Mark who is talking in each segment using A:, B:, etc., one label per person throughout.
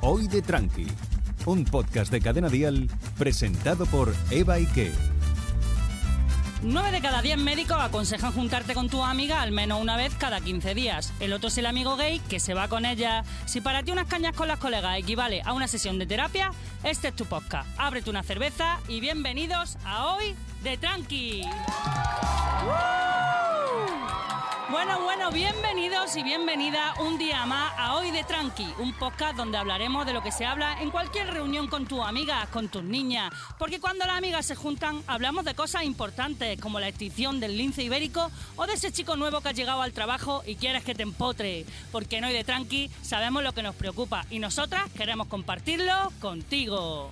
A: Hoy de Tranqui, un podcast de Cadena Dial presentado por Eva Ike.
B: 9 de cada 10 médicos aconsejan juntarte con tu amiga al menos una vez cada 15 días. El otro es el amigo gay que se va con ella. Si para ti unas cañas con las colegas equivale a una sesión de terapia, este es tu podcast. Ábrete una cerveza y bienvenidos a Hoy de Tranqui. Bueno, bueno, bienvenidos y bienvenida un día más a Hoy de Tranqui, un podcast donde hablaremos de lo que se habla en cualquier reunión con tus amigas, con tus niñas, porque cuando las amigas se juntan hablamos de cosas importantes como la extinción del lince ibérico o de ese chico nuevo que ha llegado al trabajo y quieres que te empotre, porque en Hoy de Tranqui sabemos lo que nos preocupa y nosotras queremos compartirlo contigo.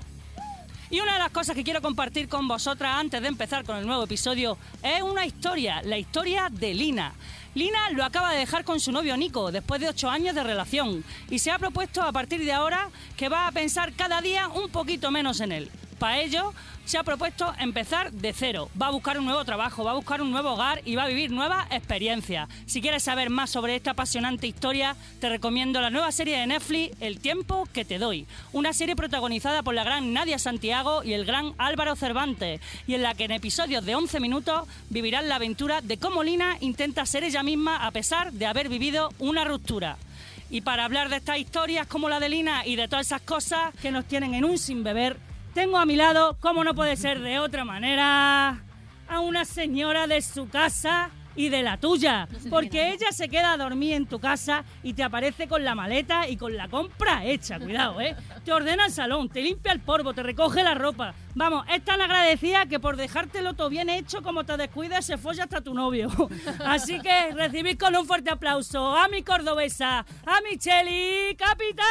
B: Y una de las cosas que quiero compartir con vosotras antes de empezar con el nuevo episodio es una historia, la historia de Lina. Lina lo acaba de dejar con su novio Nico después de ocho años de relación y se ha propuesto a partir de ahora que va a pensar cada día un poquito menos en él. Para ello, se ha propuesto empezar de cero. Va a buscar un nuevo trabajo, va a buscar un nuevo hogar y va a vivir nuevas experiencias. Si quieres saber más sobre esta apasionante historia, te recomiendo la nueva serie de Netflix, El tiempo que te doy. Una serie protagonizada por la gran Nadia Santiago y el gran Álvaro Cervantes, y en la que en episodios de 11 minutos vivirán la aventura de cómo Lina intenta ser ella misma a pesar de haber vivido una ruptura. Y para hablar de estas historias como la de Lina y de todas esas cosas que nos tienen en un sin beber, tengo a mi lado, como no puede ser de otra manera, a una señora de su casa y de la tuya. Porque ella se queda a dormir en tu casa y te aparece con la maleta y con la compra hecha. Cuidado, ¿eh? Te ordena el salón, te limpia el polvo, te recoge la ropa. Vamos, es tan agradecida que por dejártelo todo bien hecho, como te descuides, se folla hasta tu novio. Así que recibid con un fuerte aplauso a mi cordobesa, a mi Cheli Capitán.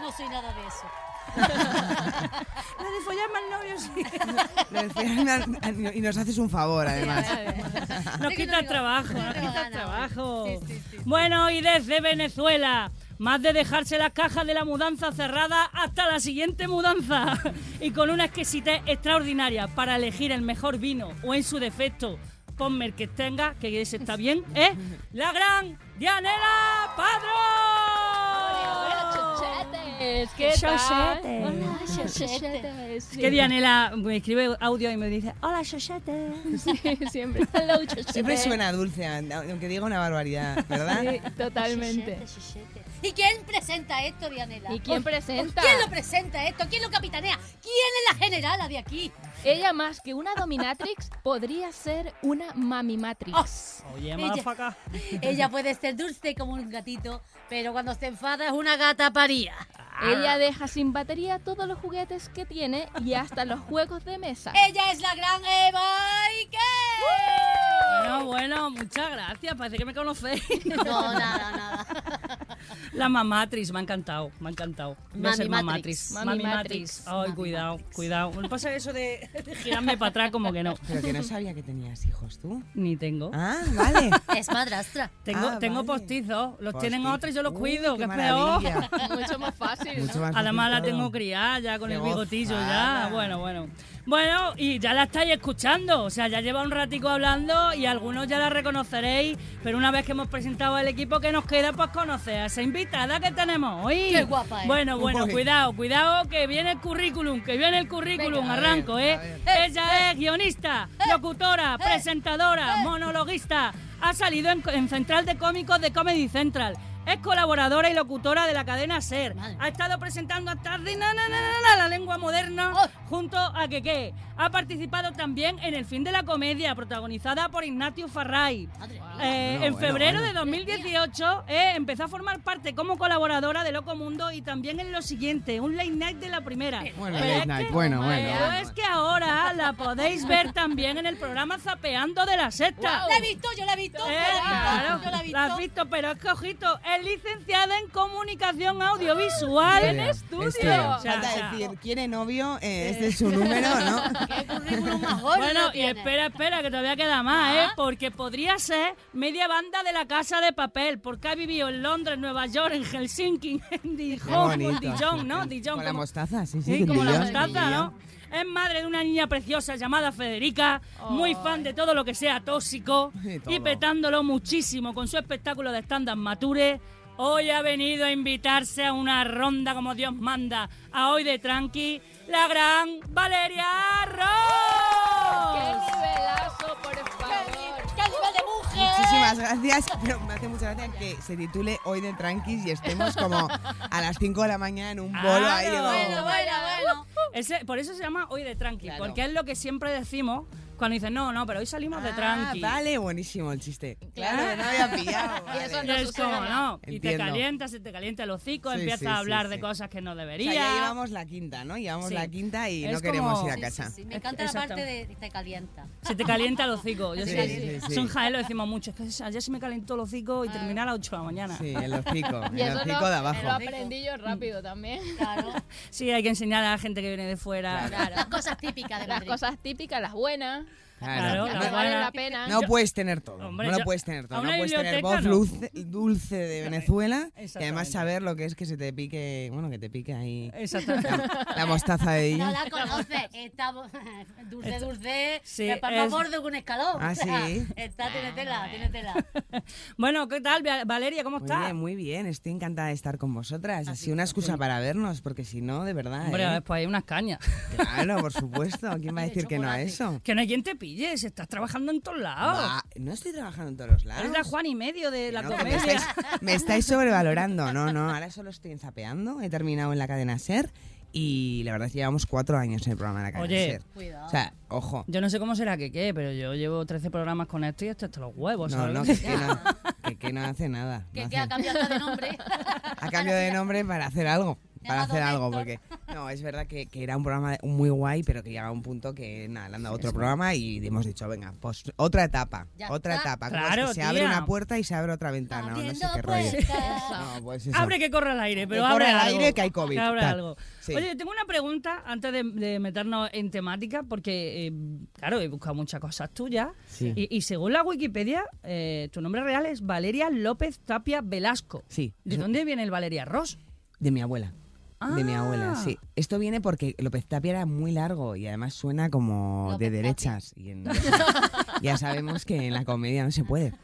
C: No soy nada de eso.
B: Lo de follar mal novio, sí.
D: Lo decían al- al- y nos haces un favor, además.
B: Nos
C: Sí que
B: quita el
C: tengo-
B: trabajo,
C: tengo
B: nos quita el
C: ganas.
B: trabajo.
C: Sí, sí, sí.
B: Bueno, y desde Venezuela, más de dejarse las cajas de la mudanza cerrada hasta la siguiente mudanza. Y con una exquisitez extraordinaria para elegir el mejor vino o en su defecto, ponme el que tenga, que ese está bien, es la gran Dianela Padrón.
E: Chochetes, ¿qué tal? Hola, chochetes.
B: Que Dianela me escribe audio y me dice, hola, Xochete.
E: Sí, siempre. Hello, chochetes.
D: Siempre suena ¿eh? dulce, aunque diga una barbaridad,
E: Sí,
D: ¿verdad?
E: totalmente.
C: ¿Y quién presenta esto, Dianela?
E: ¿Y quién
C: ¿Por-
E: presenta?
C: ¿Quién lo presenta esto? ¿Quién lo capitanea? ¿Quién es la generala de aquí?
E: Ella más que una dominatrix podría ser una mamimatrix.
C: Os.
B: Oye,
C: Ella-
B: faca.
C: Ella puede ser dulce como un gatito, pero cuando se enfada es una gata paría.
D: Oh.
E: Ella deja sin batería todos los juguetes que tiene y hasta los juegos de mesa.
D: ¡Eh!
C: Ella es la gran Eva y
B: Bueno, bueno, muchas gracias. Parece que me conocéis.
C: No, nada, nada.
B: La mamatriz, me ha encantado, me ha encantado. Voy a ser mamatriz.
C: Mamimatrix.
B: Mamimatrix.
E: Mamimatrix.
B: Ay, cuidado, cuidado. Me pasa eso de de girarme para atrás como que no.
D: Pero que no sabía que tenías hijos tú.
B: Ni tengo.
D: Ah, vale.
C: Es madrastra.
B: Tengo,
D: Ah,
B: tengo
D: vale.
B: postizos, los tienen
D: Hostia.
B: otros y yo los
D: Uh,
B: cuido,
D: qué
B: que es peor.
D: maravilla.
E: Mucho más fácil.
D: Mucho
E: ¿no?
D: más
B: Además la
D: complicado.
B: tengo criada ya con
D: Qué
B: el bigotillo ya.
D: gozada.
B: Bueno, bueno. Bueno, y ya la estáis escuchando. O sea, ya lleva un ratico hablando y algunos ya la reconoceréis. Pero una vez que hemos presentado al equipo que nos queda, pues conocer a esa invitada que tenemos hoy.
C: Qué guapa es.
B: Bueno, bueno,
D: Uy.
B: cuidado, cuidado, que viene el currículum, que viene el currículum.
D: Venga. A ver,
B: Arranco,
D: a
B: ¿eh?
D: ver. Eh.
B: Ella es guionista, locutora, presentadora, monologuista. Ha salido en, en Central de Cómicos de Comedy Central. Es colaboradora y locutora de la cadena SER.
C: Madre.
B: Ha estado presentando hasta de na, na, na, na, na, la lengua moderna
C: Oh.
B: junto a Keke. Ha participado también en El fin de la comedia, protagonizada por Ignacio Farray.
C: Madre mía.
B: Eh,
D: Bueno,
B: en
D: bueno,
B: febrero
D: bueno.
B: de 2018 eh, empezó a formar parte como colaboradora de Loco Mundo y también en lo siguiente, un late night de la primera. Pero
D: Bueno,
B: es
D: late
B: que-
D: night, bueno, bueno.
B: pero es que ahora la podéis ver también en el programa Zapeando de la Sexta.
C: La he visto, yo la he visto. yo
B: Eh,
C: la he visto,
B: claro,
C: yo la he
B: la has
C: visto.
B: visto, pero es que ojito, es licenciada en comunicación audiovisual.
D: Estrella,
E: estudio.
D: estrella.
B: O sea,
D: Falta
B: o sea.
D: decir, ¿quiere novio? Eh, este es su número, ¿no?
C: Qué currículum más joven
B: Bueno, y
C: tiene.
B: espera, espera, que todavía queda más, ¿eh? Porque podría ser media banda de la Casa de Papel, porque ha vivido en Londres, Nueva York, en Helsinki, en
D: Qué
B: Dijon,
D: bonito.
B: en Dijon, ¿no? Dijon,
D: Con la
B: como-
D: mostaza, sí, sí.
B: Sí,
D: que
B: como la
D: Dijon,
B: mostaza,
D: Dijon.
B: ¿no? Es madre de una niña preciosa llamada Federica, muy fan de todo lo que sea tóxico
D: Sí,
B: y
D: todo.
B: petándolo muchísimo con su espectáculo de stand-up mature. Hoy ha venido a invitarse a una ronda como Dios manda. A hoy de Tranqui, la gran Valeria
E: ¡Qué
B: Ross.
E: nivelazo, por favor!
D: Muchísimas gracias, pero me hace mucha gracia que se titule Hoy de Tranquis y estemos como a las 5 de la mañana en un
B: Ah,
D: bolo ahí.
B: Claro.
D: digo,
C: Bueno, bueno, bueno.
B: Ese- por eso se llama Hoy de Tranqui,
D: Claro.
B: porque es lo que siempre decimos cuando dicen, no, no, pero hoy salimos de
D: Ah,
B: Tranqui.
D: Vale, buenísimo el chiste.
E: Claro.
D: no lo había pillado.
E: Y eso
D: vale.
E: no
B: Es
E: sucede
B: como,
E: ya.
B: no, Y te
D: Entiendo.
B: calientas, se te calienta el hocico,
D: Sí,
B: empiezas
D: sí,
B: a
D: sí,
B: hablar de
D: sí.
B: cosas que no
D: O sea,
B: debería.
D: ya llevamos la quinta, ¿no? Llevamos
B: Sí.
D: la quinta y
B: Es
D: no queremos
B: como-
D: ir a
C: Sí,
D: casa.
C: sí, sí. Me encanta la
B: Exacto.
C: parte de de te calienta.
B: Se te calienta el hocico. Yo
D: Sí,
B: sé
D: sí,
B: que
D: sí. Ah.
B: Son Jaén lo decimos mucho. Es que ayer se me calentó el hocico y terminé a las 8 de la mañana.
D: Sí, el hocico,
E: Y
D: el
E: eso
D: hocico
E: lo,
D: de
E: lo
D: abajo.
E: aprendí yo rápido también.
C: Claro.
B: Sí, hay que enseñar a la gente que viene de fuera.
E: Claro.
C: Las cosas típicas de
E: Las
C: Madrid.
E: cosas típicas, las buenas,
B: Claro,
E: las
B: las
E: que valen
B: buenas.
E: la pena.
D: No puedes tener todo.
B: Hombre,
D: no
B: yo-
D: lo puedes tener
B: a
D: todo. No
B: una
D: puedes tener voz
B: biblioteca,
D: dulce, dulce de Venezuela y además
B: exactamente.
D: saber lo que es que se te pique, bueno, que te pique ahí
B: Exactamente.
D: la mostaza de
C: No
D: ella.
C: la conoces. Está bo- dulce, dulce. eh,
B: Sí,
C: pero para
B: es-
C: favor de un escalón.
D: Ah,
C: O sea,
D: sí.
C: Está, tiene tela, tiene tela.
B: bueno, ¿qué tal, Va- Valeria? ¿Cómo
D: Muy
B: estás?
D: bien, muy bien. Estoy encantada de estar con vosotras. Así una excusa para vernos, porque si no, de verdad.
B: Hombre,
D: ¿eh?
B: después hay unas cañas.
D: Claro, por supuesto. ¿Quién va a
C: Y de
D: decir que no a
C: chocolate.
D: eso?
B: Que no hay quien te pille, se estás trabajando en todos lados.
D: Va, no estoy trabajando en todos los lados.
B: Eres la Juan y medio de la
D: No, que me,
B: comedia.
D: estáis, me estáis sobrevalorando. No, no, ahora solo estoy en zapeando. He terminado en la cadena Ser y la verdad es que llevamos cuatro años en el programa de la cadena
B: Oye.
D: Ser.
C: Cuidado.
D: O sea, ojo.
B: Yo no sé cómo será que qué, pero yo llevo 13 programas con esto y esto hasta los huevos, ¿sabes?
D: No, no, que, que no, que- que no hace nada. no
C: que,
D: hace
C: que ha
D: nada.
C: cambiado hasta de nombre.
D: Ha cambiado de nombre para hacer algo. Para
C: Llamado
D: hacer algo, porque.
C: Héctor.
D: No, es verdad que, que era un programa de- muy guay, pero que llegaba un punto que nada, le han dado otro programa y hemos dicho, venga, pues otra etapa,
C: Ya
D: otra
C: está.
D: etapa. Como es que
B: Claro,
D: se abre
B: tía.
D: una puerta y se abre otra ventana, o no sé
C: Abriendo
D: qué rollo.
C: puertas.
D: No, pues eso.
B: Abre que corre el aire, pero
D: Que
B: abre
D: corra el
B: algo.
D: aire, que hay COVID,
B: Que abre
D: tal.
B: algo.
D: Sí.
B: Oye, tengo una pregunta antes de, de meternos en temática, porque, eh, claro, he buscado muchas cosas tuyas.
D: Sí.
B: Y, y según la Wikipedia, eh, tu nombre real es Valeria López Tapia Velasco.
D: Sí.
B: ¿De dónde viene el Valeria Ross?
D: De mi abuela. De mi
B: Ah.
D: abuela, sí. Esto viene porque López Tapia era muy largo y además suena como
C: López
D: de
C: Tapia.
D: derechas. Y en- ya sabemos que en la comedia no se puede.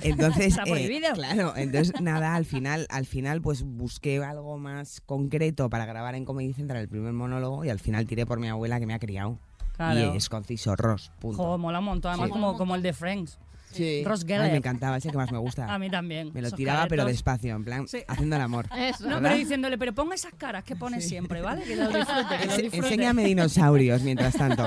D: Entonces, eh,
B: Está prohibido.
D: claro, entonces nada, al final, al final pues busqué algo más concreto para grabar en Comedy Central el primer monólogo y al final tiré por mi abuela que me ha criado.
B: Claro.
D: Y es conciso, Ross, punto.
B: Jo, mola un montón, además
D: Sí.
B: como, como el de Friends.
D: Sí.
B: Ross
D: Ay,
B: Geller.
D: me encantaba, es el que más me gusta.
B: A mí también.
D: Ah. Me lo
B: esos
D: tiraba pero
B: caretos.
D: despacio, en plan,
B: Sí.
D: haciendo el amor.
E: Eso.
B: No,
D: ¿Verdad?
B: pero diciéndole, pero pon esas caras que pones siempre, ¿vale? Que lo disfrute, que lo
D: Ense-
B: disfrute.
D: enséñame dinosaurios mientras tanto.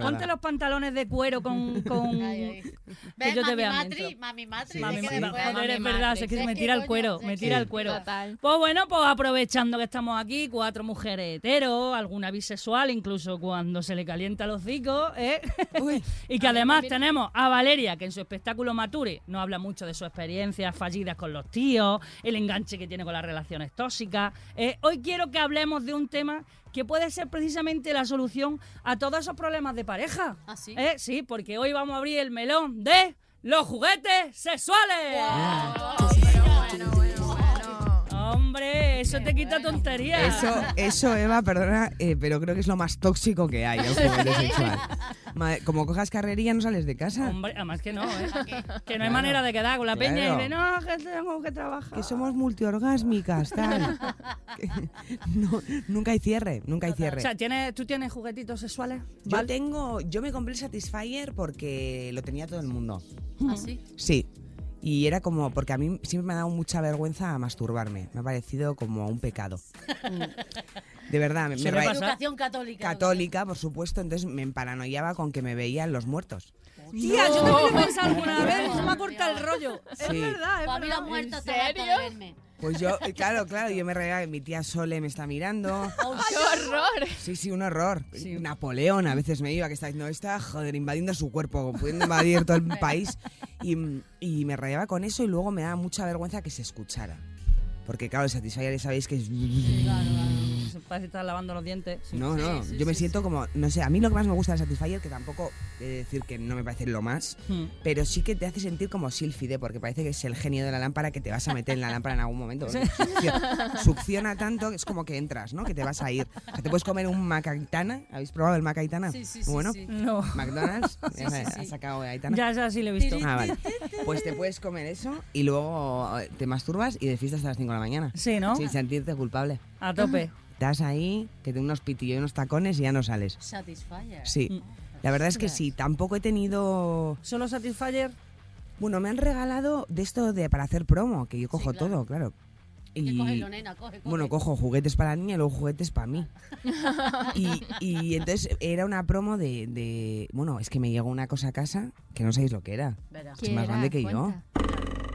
B: Ponte los pantalones de cuero con... con-
C: Ay, ay.
B: Que
C: ¿Ves,
B: yo te
C: mati
B: vea
C: matri,
B: mientras.
C: mami matri,
B: Mami,
C: es
B: mami,
C: que después-
E: Mami
B: joder, es
E: Matrix.
B: verdad, es que me
E: Es que
B: tira el
E: coño,
B: cuero,
E: es
B: me
E: que-
B: tira el cuero.
E: Total.
B: Pues bueno, pues aprovechando que estamos aquí, cuatro mujeres hetero, alguna bisexual, incluso cuando se le calienta el hocico, ¿eh? y que además tenemos a Valeria, que en su espectáculo Mature no habla mucho de sus experiencias fallidas con los tíos, el enganche que tiene con las relaciones tóxicas. ¿eh? Hoy quiero que hablemos de un tema que puede ser precisamente la solución a todos esos problemas de pareja.
C: ¿Ah, sí?
B: ¿eh? Sí, porque hoy vamos a abrir el melón de los juguetes sexuales.
E: Bueno, bueno, bueno.
B: Hombre, eso te quita tontería.
D: Eso, eso, Eva, perdona, eh, pero creo que es lo más tóxico que hay, el juguete sexual. Madre, como cojas carrería, no sales de casa.
B: Hombre, además que no, ¿eh? Que no hay manera de quedar con la
D: Claro.
B: peña y de no, que este tengo que trabajar.
D: Que somos multiorgásmicas, tal. Que- no, nunca hay cierre, nunca hay
B: O
D: cierre.
B: sea, ¿tienes, ¿tú tienes juguetitos sexuales?
D: Yo tengo, yo me compré el Satisfyer porque lo tenía todo el mundo.
C: Ah, sí.
D: Sí. Y era como, porque a mí siempre me ha dado mucha vergüenza masturbarme. Me ha parecido como un pecado. De verdad, me, me
B: Suele
D: pare-
B: pasar.
C: Educación católica.
D: católica, por supuesto, entonces me emparanoiaba con que me veían los muertos.
B: Tía, yo también lo he pensado alguna vez, se me ha cortado el rollo. Es
D: Sí.
B: verdad, es
C: Pues a mí la
B: verdad.
C: muerta
E: ¿En
C: está harta de
E: serio?
C: verme.
D: Pues yo, eh, claro, claro, yo me reía, mi tía Sole me está mirando.
E: ¡Qué horror!
D: Sí, sí, un horror. Napoleón a veces me iba, que está no, está, joder, invadiendo su cuerpo, pudiendo invadir todo el país. Y, y me rayaba con eso y luego me daba mucha vergüenza que se escuchara. Porque claro, el Satisfyer ya sabéis que es...
B: se parece estar lavando los dientes. Sí.
D: No, no,
F: sí,
D: yo me
F: sí,
D: siento como, no sé, a mí lo que más me gusta de Satisfyer, que tampoco he de decir que no me parece lo más,
B: Hmm.
D: pero sí que te hace sentir como sílfide, porque parece que es el genio de la lámpara que te vas a meter en la lámpara en algún momento. porque succiona, succiona tanto que es como que entras, ¿no? Que te vas a ir. O sea, te puedes comer un macaitana. ¿Habéis probado el macaitana?
F: Sí, sí, sí,
D: bueno,
F: sí.
B: No.
D: McDonald's ya
F: sí,
D: se-
F: sí.
D: ha sacado Aitana.
B: Ya, ya, sí lo he visto.
D: Ah, vale. Pues te puedes comer eso y luego eh, te masturbas y de fiesta hasta las 5 de la mañana.
B: Sí, ¿no?
D: Sin sentirte culpable.
B: A tope.
D: Estás ahí, que te unos pitillos y unos tacones y ya no sales.
C: Satisfyer.
D: Sí.
F: Mm.
D: La verdad es que sí, tampoco he tenido...
B: Solo Satisfyer.
D: Bueno, me han regalado de esto de para hacer promo, que yo cojo
C: claro.
D: todo, claro.
C: Que
D: Y-
C: cógelo, nena, coge, coge.
D: bueno, cojo juguetes para la niña y luego juguetes para mí. Y, y entonces era una promo de, de- Bueno, es que me llegó una cosa a casa que no sabéis lo que era.
C: Verás.
D: Es más
E: era?
D: grande que yo.
E: Cuenta.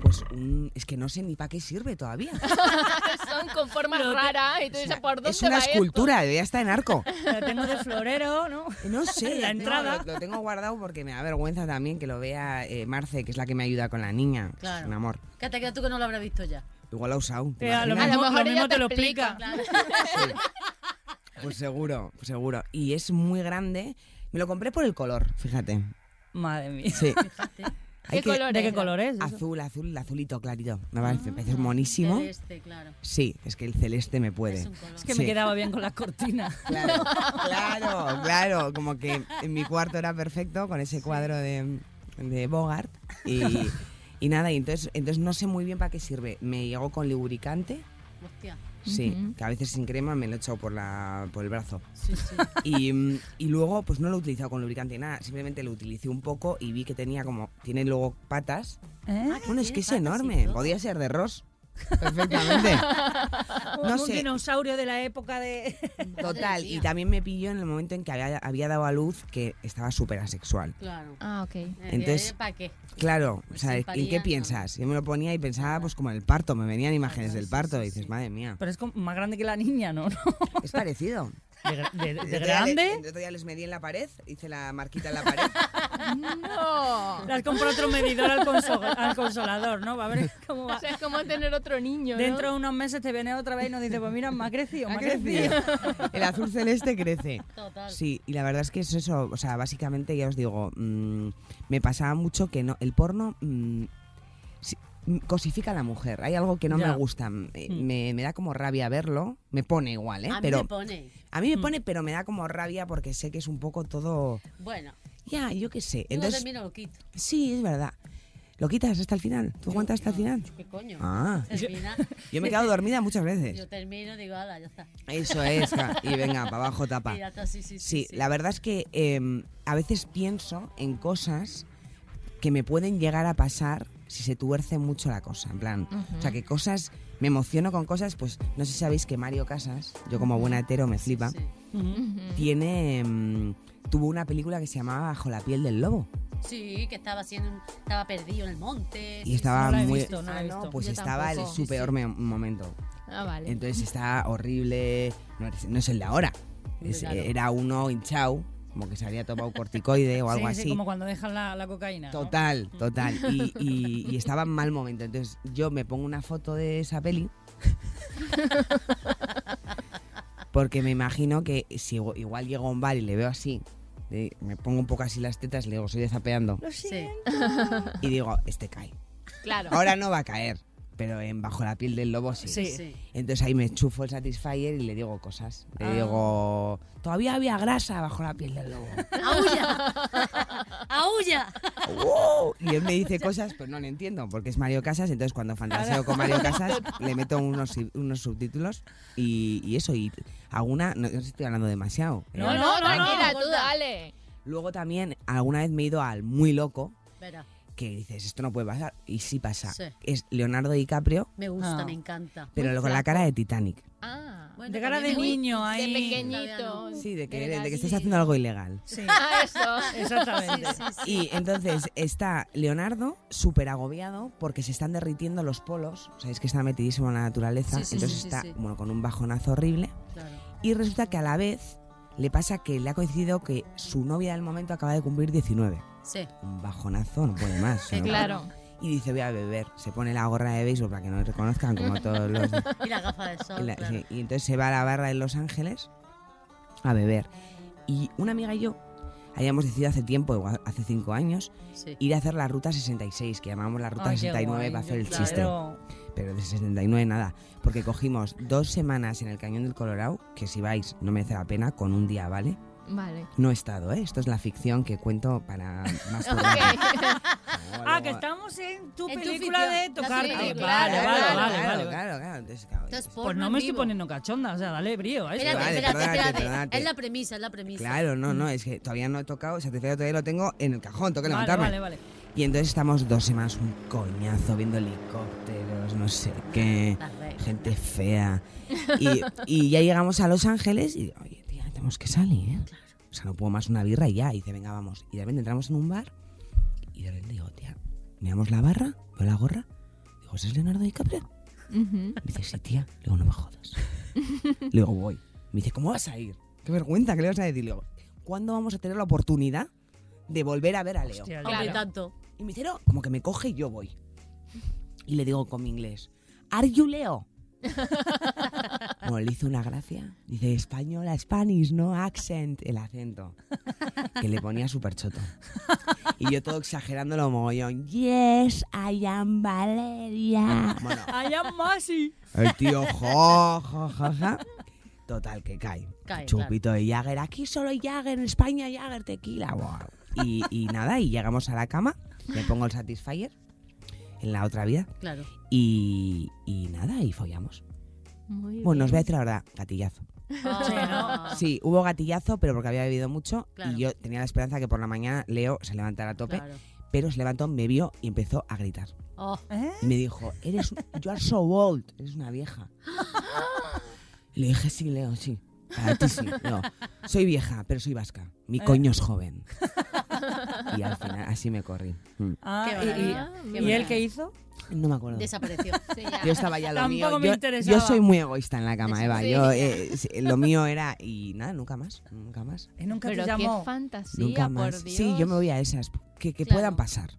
D: Pues un- es que no sé ni para qué sirve todavía.
F: Son con formas
B: Pero te-
F: raras y tú dices, ¿por dónde
D: es una
F: va esto?
D: escultura, debería estar en arco.
B: La tengo de florero, ¿no?
D: No sé.
B: La
D: no,
B: entrada.
D: lo, lo tengo guardado porque me da vergüenza también que lo vea eh, Marce, que es la que me ayuda con la niña. Es
C: Claro.
D: un amor.
C: Que te quedas tú que no lo habrás visto ya.
D: Igual la ha usado. ¿te
B: Que a lo
D: imaginas?
B: mejor,
F: A lo mejor
B: lo
F: ella
B: mismo
F: te
B: te lo
F: explica,
B: explica.
C: Claro.
D: Pues seguro, pues seguro. Y es muy grande. Me lo compré por el color, fíjate.
B: Madre mía.
D: Sí. Hay
F: ¿Qué color
B: ¿De
F: es?
B: qué color es? eso?
D: Azul, azul, azulito clarito. Me parece, me parece monísimo.
C: Celeste, este, claro.
D: Sí, es que el celeste me puede.
C: Es un color.
B: Es que
D: Sí.
B: me quedaba bien con las cortinas.
D: Claro, claro, claro. Como que en mi cuarto era perfecto con ese cuadro de, de Bogart. Y, y nada, y entonces, entonces no sé muy bien para qué sirve. Me llegó con lubricante,
C: Hostia.
D: sí,
E: Ujú.
D: que a veces sin crema me lo he echado por, la, por el brazo.
C: Sí, sí.
D: Y, mm, y luego, pues no lo he utilizado con lubricante ni nada, simplemente lo utilicé un poco y vi que tenía como. Tiene luego patas.
B: ¿Eh?
D: Bueno, es
C: tiene
D: que es
C: patas y
D: enorme,
C: todo.
D: podía ser de Ross. Perfectamente.
B: Un-
D: No
B: Ah, un
D: sé.
B: dinosaurio de la época de.
D: Total, y
C: mía.
D: también me pilló en el momento en que había, había dado a luz que estaba súper asexual.
C: Claro. Eh,
E: Ah, ok.
D: Entonces-
C: ¿Para qué?
D: Claro,
C: Sin
D: o sea, ¿en qué
C: paría,
D: piensas? Yo me lo ponía y pensaba, pues como en el parto, me venían imágenes del parto y dices, madre mía,
B: Pero es como más grande que la niña, ¿no?
D: es parecido.
B: De, gra- de- de
D: El otro día le-
B: grande.
D: el otro día les medí en la pared, hice la marquita en la pared.
F: No.
B: Las compró otro medidor al, conso- al consolador, ¿no? Va a ver cómo va.
F: O sea, es como tener otro niño, ¿no?
B: Dentro de unos meses te viene otra vez y nos dice, pues mira, me ha crecido, me ha crecido.
D: El azul celeste crece.
C: Total.
D: Sí, y la verdad es que es eso, o sea, básicamente ya os digo, mm, me pasaba mucho que no, el porno mm, sí, mm, cosifica a la mujer, hay algo que no
B: Ya.
D: me gusta, me,
B: Mm.
D: me- me da como rabia verlo, me pone igual, ¿eh?
C: A mí
D: pero
C: me Mm. pone.
D: a mí me pone, pero me da como rabia porque sé que es un poco todo,
C: Bueno,
D: ya, yo qué sé,
C: Entonces,
D: entonces,
C: termino lo quito.
D: sí, es verdad, lo quitas hasta el final, tú aguantas hasta el final.
C: ¿Qué coño?
D: Ah,
C: Termina,
D: yo me quedo dormida muchas veces.
C: yo termino, digo, ala, ya está.
D: Eso es, ja, y venga, para abajo tapa.
C: Y ya está, sí, sí, sí.
D: Sí, la verdad es que eh, a veces pienso en cosas que me pueden llegar a pasar si se tuerce mucho la cosa, en plan, o sea, que cosas, me emociono con cosas, pues no sé si sabéis que Mario Casas, yo como buen hetero me flipa,
C: Sí.
B: Mm.
D: tiene, mm, tuvo una película que se llamaba Bajo la piel del lobo
C: Sí, que estaba haciendo, estaba perdido en el monte.
D: y estaba
B: no la he
D: muy,
B: visto, no la he
D: Ah,
B: visto.
D: pues
E: Yo
D: estaba
E: tampoco.
D: en su peor me- momento,
E: Ah, vale.
D: entonces está horrible, no es, no es el de ahora, Es-
C: Claro.
D: era uno hinchado, como que se había tomado corticoide o algo
B: Sí,
D: así.
B: sí, como cuando dejan la, la cocaína. ¿no?
D: Total, total. Y, y- y estaba en mal momento. Entonces yo me pongo una foto de esa peli. Porque me imagino que si igu- igual llego a un bar y le veo así, de- me pongo un poco así las tetas, le digo, soy de zapeando.
C: Sí.
D: Y digo, este cae.
F: Claro.
D: Ahora no va a caer, pero en bajo la piel del lobo sí.
B: Sí.
C: Sí.
D: Entonces ahí me enchufo el Satisfyer y le digo cosas. Le digo, todavía había grasa bajo la piel del lobo.
C: ¡Aulla! ¡Aulla!
D: ¡Wow! Y él me dice cosas, pero no le entiendo, porque es Mario Casas, entonces cuando fantaseo con Mario Casas le meto unos, si- unos subtítulos y, y eso, y alguna, no, no sé si estoy hablando demasiado. eh.
B: No,
F: No, no,
B: no,
F: tranquila,
C: no,
F: tú
C: gorda.
F: dale.
D: Luego también alguna vez me he ido al muy loco,
C: Verá,
D: que dices, esto no puede pasar, y sí pasa.
C: Sí.
D: Es Leonardo DiCaprio,
C: me gusta,
B: Ah.
C: me encanta.
D: pero con la cara de Titanic.
F: Ah,
C: Bueno,
B: De cara
C: también
B: de
C: me-
B: niño
F: de
B: ahí.
F: pequeñito.
D: Sí, de que,
F: Era
D: de que estás
F: así.
D: haciendo algo ilegal.
B: Sí,
F: Ah, eso.
B: exactamente.
D: Y entonces está Leonardo súper agobiado porque se están derritiendo los polos. Sabéis que está metidísimo en la naturaleza.
C: Sí, sí,
D: entonces
C: sí, sí,
D: está
C: sí.
D: bueno, con un bajonazo horrible.
C: Claro.
D: Y resulta que a la vez le pasa que le ha coincidido que su novia del momento acaba de cumplir 19.
C: Sí.
D: Un bajonazo, no puede más.
C: Sí,
D: ¿no?
F: Claro.
D: y dice, voy a beber. Se pone la gorra de béisbol para que no le reconozcan como todos los...
C: Y la gafa de sol.
D: y, la-
C: claro.
D: sí, y entonces se va a la barra de Los Ángeles a beber. Y una amiga y yo habíamos decidido hace tiempo, igual hace cinco años,
C: Sí.
D: ir a hacer la ruta 66, que llamamos la ruta
B: Ay, qué
D: 69
B: guay,
D: para hacer
B: yo-
D: el
C: claro.
D: chiste. Pero de 69 nada, porque cogimos dos semanas en el Cañón del Colorado, que si vais no merece la pena, con un día, ¿vale?
F: Vale.
D: No he estado, ¿eh? Esto es la ficción que cuento para más
F: Ok.
D: programas. Luego-
B: Ah, que estamos en tu
C: En tu
B: película
C: ficción.
B: de
C: La
B: tocarte.
C: película,
B: Vale,
C: claro,
B: vale, vale,
D: claro,
B: vale,
D: claro,
B: vale.
D: claro, claro. Entonces, claro,
C: Esto es
B: Pues
C: porno
B: no
C: en
B: me estoy
C: vivo.
B: poniendo cachonda, o sea, dale brío a esto.
C: Espérate,
D: Vale,
C: espérate,
D: perdónate,
C: espérate.
D: perdónate.
C: Es la premisa, es la premisa.
D: Claro, no, no, es que todavía no he tocado, ese tercero todavía lo tengo en el cajón, tengo que
B: Vale, vale,
D: levantarme.
B: vale.
D: Y entonces estamos dos semanas un coñazo viendo helicópteros, no sé
B: Ah,
D: qué,
C: Las reglas.
D: gente fea. Y, y ya llegamos a Los Ángeles y digo, oye, tía, tenemos que salir, ¿eh? O sea, no puedo más una birra y ya. Y dice, venga, vamos. Y de repente entramos en un bar y de repente digo, tía, miramos la barra, veo la gorra. Digo, ¿ese es Leonardo DiCaprio?
F: Ujú.
D: Me dice, sí, tía. Le digo, no me jodas. Le digo, voy. Me dice, ¿cómo vas a ir? Qué vergüenza, ¿qué le vas a decir? Le digo, ¿cuándo vamos a tener la oportunidad de volver a ver a Leo?
B: Hostia,
C: Hombre,
B: claro.
C: tanto.
D: Y me dice, no, como que me coge y yo voy. Y le digo con mi inglés, ¿Are you Leo? bueno, le hizo una gracia. Dice, española, Spanish, no accent, el acento. Que le ponía súper choto. Y yo todo exagerándolo mogollón. Yes, I am Valeria. Bueno,
B: I am Masi.
D: el tío, jo, jo, jo, jo. Total, que cae.
C: Cae,
D: Chupito de Jagger. Aquí solo Jagger, en España Jagger, tequila. Buah. Y, y nada, y llegamos a la cama. Le pongo el Satisfyer en la otra vida.
C: Claro.
D: Y, y nada, y follamos.
F: Muy bien.
D: Bueno, os voy a decir la verdad, gatillazo.
C: Ah,
D: Sí, hubo gatillazo, pero porque había bebido mucho.
C: Claro.
D: Y yo tenía la esperanza que por la mañana Leo se levantara a tope.
C: claro.
D: Pero se levantó, me vio y empezó a gritar.
C: Oh,
D: Y me dijo, eres, you are so old, eres una vieja. Y le dije, sí, Leo, sí. Para ti sí. No, soy vieja, pero soy vasca. Mi coño es joven. Y al final así me corrí. Mm.
B: Ah,
C: Qué
B: y-
C: maravilla,
B: y,
C: qué
B: ¿y él
C: maravilla.
B: qué hizo?
D: No me acuerdo.
C: desapareció.
F: Sí, ya.
D: Yo estaba ya lo mío.
B: Tampoco me
D: yo,
B: interesaba.
D: yo soy muy egoísta en la cama, Eva.
F: Sí.
D: Yo, eh, sí, lo mío era y nada, nunca más, nunca más,
B: Eh, nunca
F: Pero
B: te
F: qué
B: llamó.
F: fantasía,
D: nunca
F: ah, por
D: más.
F: Dios.
D: Sí, yo me voy a esas que, que
C: Claro.
D: puedan pasar,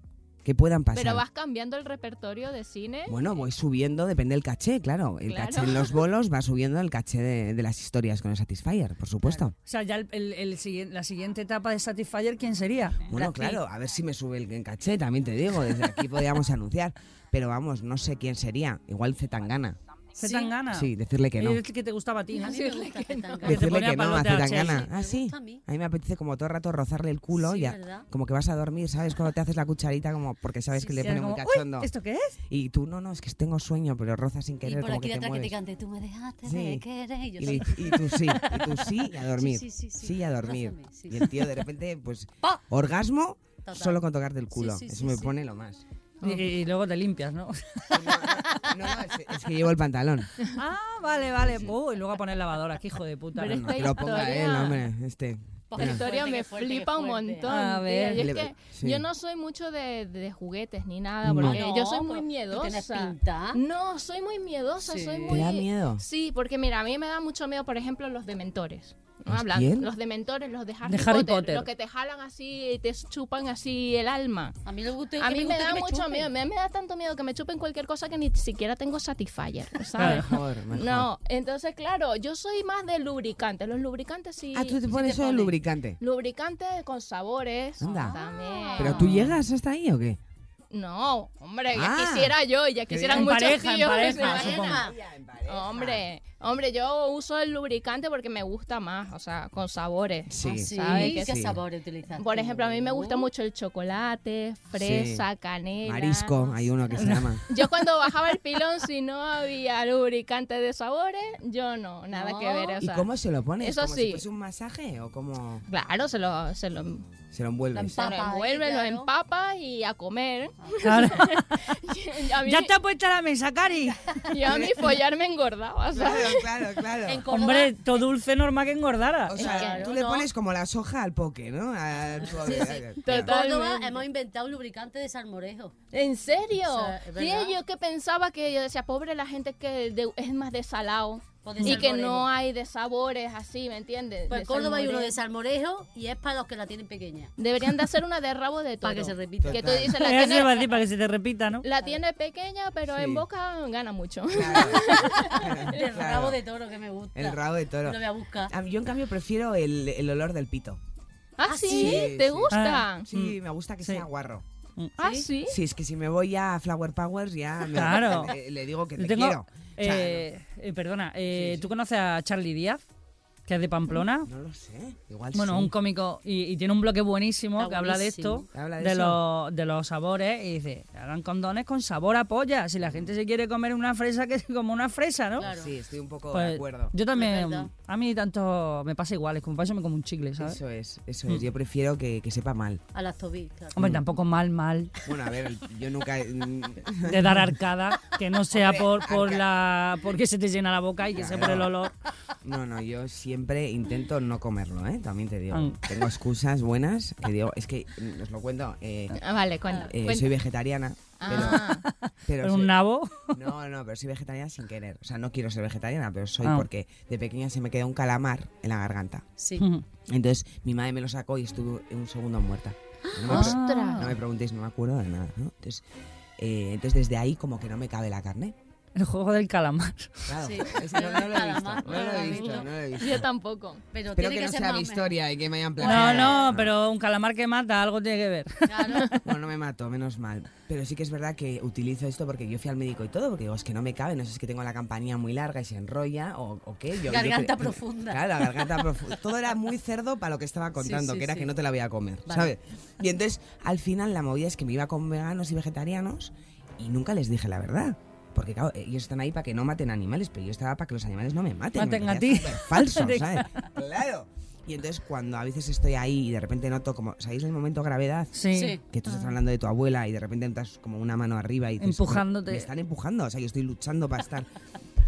D: que puedan pasar.
F: Pero vas cambiando el repertorio de cine.
D: Bueno, voy subiendo, depende del caché, claro. El
F: Claro.
D: caché en los bolos va subiendo el caché de, de las historias con el Satisfyer, por supuesto.
B: O sea, ya el, el- el siguiente- la siguiente etapa de Satisfyer, ¿quién sería?
D: Bueno, claro, a ver si me sube el el caché, también te digo, desde aquí podríamos anunciar. Pero vamos, no sé quién sería, igual Zetangana.
B: ¿Se tan gana?
D: Sí, decirle que no.
B: Es que te gustaba a ti, ¿no?
C: A mí me gusta que tan
B: te
D: Decirle
B: ponía
D: que no a
B: palote al
D: Zetangana.
C: Chelsea.
D: Ah,
C: Me
D: sí.
C: gusta a mí.
D: A mí me apetece como todo el rato rozarle el culo,
C: Sí,
D: ya.
C: ¿verdad?
D: Como que vas a dormir, ¿sabes? Cuando te haces la cucharita, como porque sabes que le
B: Y era
D: pone muy
B: como, "Uy,
D: cachondo.
B: ¿Esto qué es?
D: Y tú, no, no, es que tengo sueño, pero rozas sin
C: Y
D: querer,
C: por
D: como
C: aquí
D: que te
C: detrás que te
D: mueves.
C: cante, tú me dejaste
D: Sí.
C: de querer. Y yo
D: Y,
C: sí.
D: le- y tú sí, y tú sí, y a dormir.
C: Sí, sí, sí, sí.
D: y a dormir.
C: Rázame, sí,
D: Y
C: sí.
D: el tío de repente, pues,
C: ¡Pa!
D: orgasmo
C: Total.
D: solo con tocarte el culo.
C: sí,
D: Eso
C: sí,
D: me
C: sí.
D: pone lo más.
C: Oh.
B: Y, y luego te limpias, ¿no?
D: No, no, es, es que llevo el pantalón.
B: ah, vale, vale. Uh, y luego a poner lavadora, que hijo de puta.
F: Pero
D: No,
F: esta
D: que lo ponga
F: historia-
D: él, hombre, este.
C: Porque estoy-
D: Bueno,
F: La historia
C: Fuerte,
F: me
C: qué fuerte, qué
F: flipa un
C: fuerte.
F: montón.
B: A
F: tía.
B: ver.
F: Yo, es
D: Le-
F: que
D: pues, sí.
F: yo no soy mucho de, de juguetes ni nada,
D: No.
F: porque
C: No,
F: yo soy
C: pero
F: muy
C: tú tienes
F: miedosa.
C: pinta.
F: No, soy muy miedosa,
C: Sí.
F: soy
C: ¿Te
F: muy...
D: ¿Te da miedo?
F: Sí, porque mira, a mí me da mucho miedo, por ejemplo, los dementores. ¿no?
D: ¿Los
F: Hablando,
D: quién?
F: los dementores, los de
B: De
F: Harry,
B: Harry
F: Potter,
B: Potter.
F: los que te jalan así y te chupan así el alma.
C: A mí, le gusta,
F: A
C: que
F: mí me
C: gusta
F: da
C: que
F: mucho
C: chupen.
F: miedo, me, me da tanto miedo que me chupen cualquier cosa que ni siquiera tengo satisfier, ¿sabes?
D: Mejor, mejor.
F: No, entonces claro, yo soy más de lubricantes, los lubricantes sí.
D: Ah, tú
F: sí
D: te pones eso de
F: ponen.
D: lubricante.
F: Lubricante con sabores.
D: Anda.
F: También.
D: ¿Pero tú llegas hasta ahí o qué?
F: No, hombre, ya
D: Ah.
F: quisiera yo, y ya quisieran
B: En
F: muchos
B: pareja, en
F: tíos.
B: pareja,
C: Ah,
F: ¿se imaginan?
B: supongo.
F: Hombre, hombre, yo uso el lubricante porque me gusta más, o sea, con sabores.
D: Sí.
C: Sí,
F: ¿Sabes que
C: ¿qué
D: sí?
C: sabor utilizas?
F: Por ejemplo, a mí me gusta
C: tú?
F: mucho el chocolate, fresa, canela.
D: Marisco, hay uno que se llama.
F: Yo cuando bajaba el pilón, si no había lubricante de sabores, yo no, nada que ver. o
D: ¿Y
F: sea,
D: cómo se lo pones?
F: eso
D: ¿Como
F: sí.
D: si fuese un masaje o cómo
F: Claro, se lo, se lo,
D: se lo envuelves?
F: se lo
C: Papa ahí,
F: envuelve,
C: claro.
F: lo empapa y a comer.
B: Claro.
F: A mí-
B: ya está puesta la mesa, Cari.
F: Yo a mí follar me engordaba, ¿sabes?
D: claro,
C: En
D: claro.
C: Córdoba-
B: Hombre, todo dulce normal que engordara.
D: O sea,
F: Claro,
D: tú le
F: ¿no?
D: pones como la soja al poke, ¿no? Al-
C: En
F: Totalmente.
C: Córdoba hemos inventado un lubricante de salmorejo.
F: ¿En serio?
C: O sea, es
F: Sí,
C: verdad.
F: yo que pensaba que yo decía, pobre la gente que de- es más desalado.
C: Pues de
F: Y que no
C: salmorejo.
F: hay de sabores así, ¿me entiendes?
C: Pues
F: De
C: en Córdoba hay uno de
F: salmorejo.
C: salmorejo y es para los que la tienen pequeña.
F: Deberían de hacer una de rabo de toro.
C: Para que se repita.
F: Que tú
B: Eso
F: dices, la
B: iba a decir,
F: tiene,
B: para que se te repita, ¿no?
F: la tiene pequeña, pero
D: Sí.
F: en boca gana mucho.
C: El
D: El
C: rabo de toro que me gusta.
D: El rabo de toro.
C: Lo voy a buscar.
D: A mí- Yo, en cambio, prefiero el, el olor del pito.
F: ¿Ah, sí?
D: sí,
F: ¿Te
D: sí.
F: gusta?
B: Ah.
D: Sí, me gusta que
B: Sí.
D: sea guarro.
F: ¿Ah, sí?
D: Sí, es que si me voy a Flower Powers ya me-
B: Claro.
D: le, le digo que
B: Yo
D: te
B: tengo-
D: quiero. O sea,
B: eh, eh, perdona, eh,
D: Sí, sí.
B: ¿tú conoces a Charlie Díaz? Que es de Pamplona.
D: no lo sé. Igual
B: Bueno,
D: sí.
B: un cómico y, y tiene un bloque buenísimo
C: Está
B: que habla de
C: buenísimo.
B: esto,
D: Habla de
B: de,
D: eso.
B: los, de los sabores y dice, hagan condones con sabor a polla. Si la gente se quiere comer una fresa, que se coma una fresa, ¿no?
C: Claro.
D: Sí, estoy un poco
B: Pues,
D: de acuerdo.
B: Yo
C: Es
B: también,
C: verdad.
B: a mí tanto me pasa igual, es como para eso me como un chicle, ¿sabes?
D: Eso es, eso
B: Mm.
D: es. Yo prefiero que, que sepa mal.
C: A las tobillas. claro.
D: Mm.
B: Hombre, tampoco mal, mal,
D: Bueno, a ver, el- yo nunca. mm,
B: de dar arcada, que no sea
D: Hombre,
B: por, por la porque se te llena la boca y que sea por el
D: Claro.
B: olor.
D: No, no, yo siempre intento no comerlo, ¿eh? También te digo.
B: Mm.
D: Tengo excusas buenas que digo, es que, mm, os lo cuento, eh,
F: Ah, vale, cuenta.
D: eh,
F: cuenta.
D: soy vegetariana. Pero,
F: Ah,
D: pero
B: Pero
D: soy-
B: un nabo,
D: No, no, pero soy vegetariana sin querer. O sea, no quiero ser vegetariana, pero soy
B: Ah.
D: porque de pequeña se me quedó un calamar en la garganta.
C: Sí.
B: Mm.
D: Entonces mi madre me lo sacó y estuve un segundo muerta. No me, pre-
C: Ah.
D: no me
F: ostras.
D: preguntéis, no me acuerdo de nada. ¿no? Entonces, eh, entonces desde ahí como que no me cabe la carne.
B: el juego del calamar.
D: Claro,
C: Sí,
D: es- no, no lo he visto,
C: calamar,
D: no lo he visto,
C: calamar.
D: no lo he visto.
F: Yo tampoco.
C: Pero
D: Espero
C: tiene
D: que,
C: que,
D: no
C: ser
D: sea
C: más
D: mi
C: o menos.
D: historia y que me hayan
B: No,
D: plagiado.
B: no, pero un calamar que mata, algo tiene que ver.
C: Claro.
D: Bueno, no me mato, menos mal. Pero sí que es verdad que utilizo esto porque yo fui al médico y todo, porque digo, es que no me cabe, no sé, es que tengo la campanilla muy larga y se enrolla o, o qué. Yo, yo
C: Garganta
D: cre-
C: profunda.
D: Claro, la garganta profunda. Todo era muy cerdo para lo que estaba contando,
C: sí,
D: que era
C: sí.
D: que no te la voy a comer,
C: Vale.
D: ¿sabes? Y entonces, al final, la movida es que me iba con veganos y vegetarianos y nunca les dije la verdad. Porque, claro, ellos están ahí para que no maten animales, pero yo estaba para que los animales no me maten.
B: Maten
D: me
B: a
D: parecía
B: ti.
D: súper Falso, ¿sabes? Claro. Y entonces, cuando a veces estoy ahí y de repente noto como, ¿sabéis el momento gravedad?
B: Sí.
C: Sí.
D: que tú estás hablando de tu abuela y de repente estás como una mano arriba y dices,
B: Empujándote.
D: Me están empujando, o sea, yo estoy luchando para estar.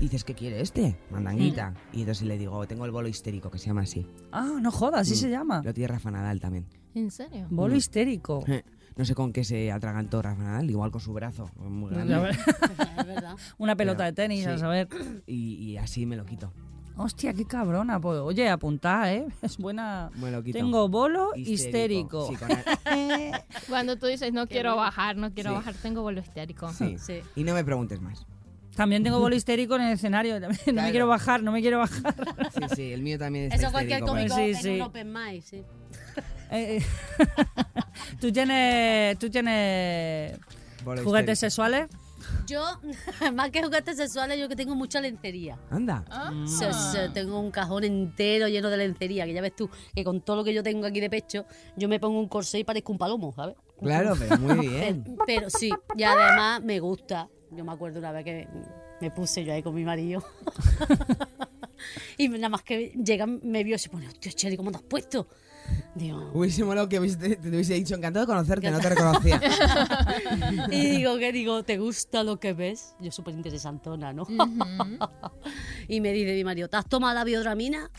D: Y dices, ¿qué quiere este? Mandanguita. Y entonces le digo, tengo el bolo histérico, que se llama así.
B: Ah, no jodas, así
D: Mm.
B: se llama.
D: Lo tiene Rafa Nadal también.
F: ¿En serio?
B: Bolo histérico.
D: Eh, No sé con qué se atragantó Rafa Nadal, igual con su brazo, muy
B: La
D: grande.
B: verdad,
C: Es verdad.
B: Una pelota de
D: Pero,
B: tenis, a
D: sí.
B: saber.
D: Y, y así me lo quito.
B: Hostia, qué cabrona. Pues, oye, apuntá, ¿eh? Es buena.
D: Me lo quito.
B: Tengo bolo histérico.
D: Sí, con el-
F: Cuando tú dices, no quiero bajar, no quiero
D: Sí.
F: bajar, tengo bolo histérico.
D: sí.
C: Sí.
D: Y no me preguntes más.
B: También tengo bolo histérico en el escenario. No me
D: Claro.
B: quiero bajar, no me quiero bajar.
D: Sí, sí, el mío también es pues.
C: Eso cualquier
D: histérico. pero-
C: cómico
B: Sí,
C: en
B: sí.
C: un open mic, sí.
B: Eh, eh. ¿Tú tienes, tú tienes
D: bolo
B: juguetes
D: histérico.
B: sexuales?
C: Yo, más que juguetes sexuales, yo que tengo mucha lencería.
D: Anda.
C: Se- se- tengo un cajón entero lleno de lencería, que ya ves tú, que con todo lo que yo tengo aquí de pecho, yo me pongo un corsé y parezco un palomo, ¿sabes?
D: Claro, pero muy
C: Pero,
D: bien.
C: pero sí, y además me gusta. Yo me acuerdo una vez que me puse yo ahí con mi marido. y nada más que llega, me vio y se pone, hostia, Cheli, ¿cómo te has puesto? Digo,
D: Hubiese molado que hubiese- te hubiese dicho encantado de conocerte, no te reconocía.
C: y digo, ¿qué digo? ¿Te gusta lo que ves? Yo súper interesantona, ¿no? y me dice mi marido, ¿te has tomado la biodramina?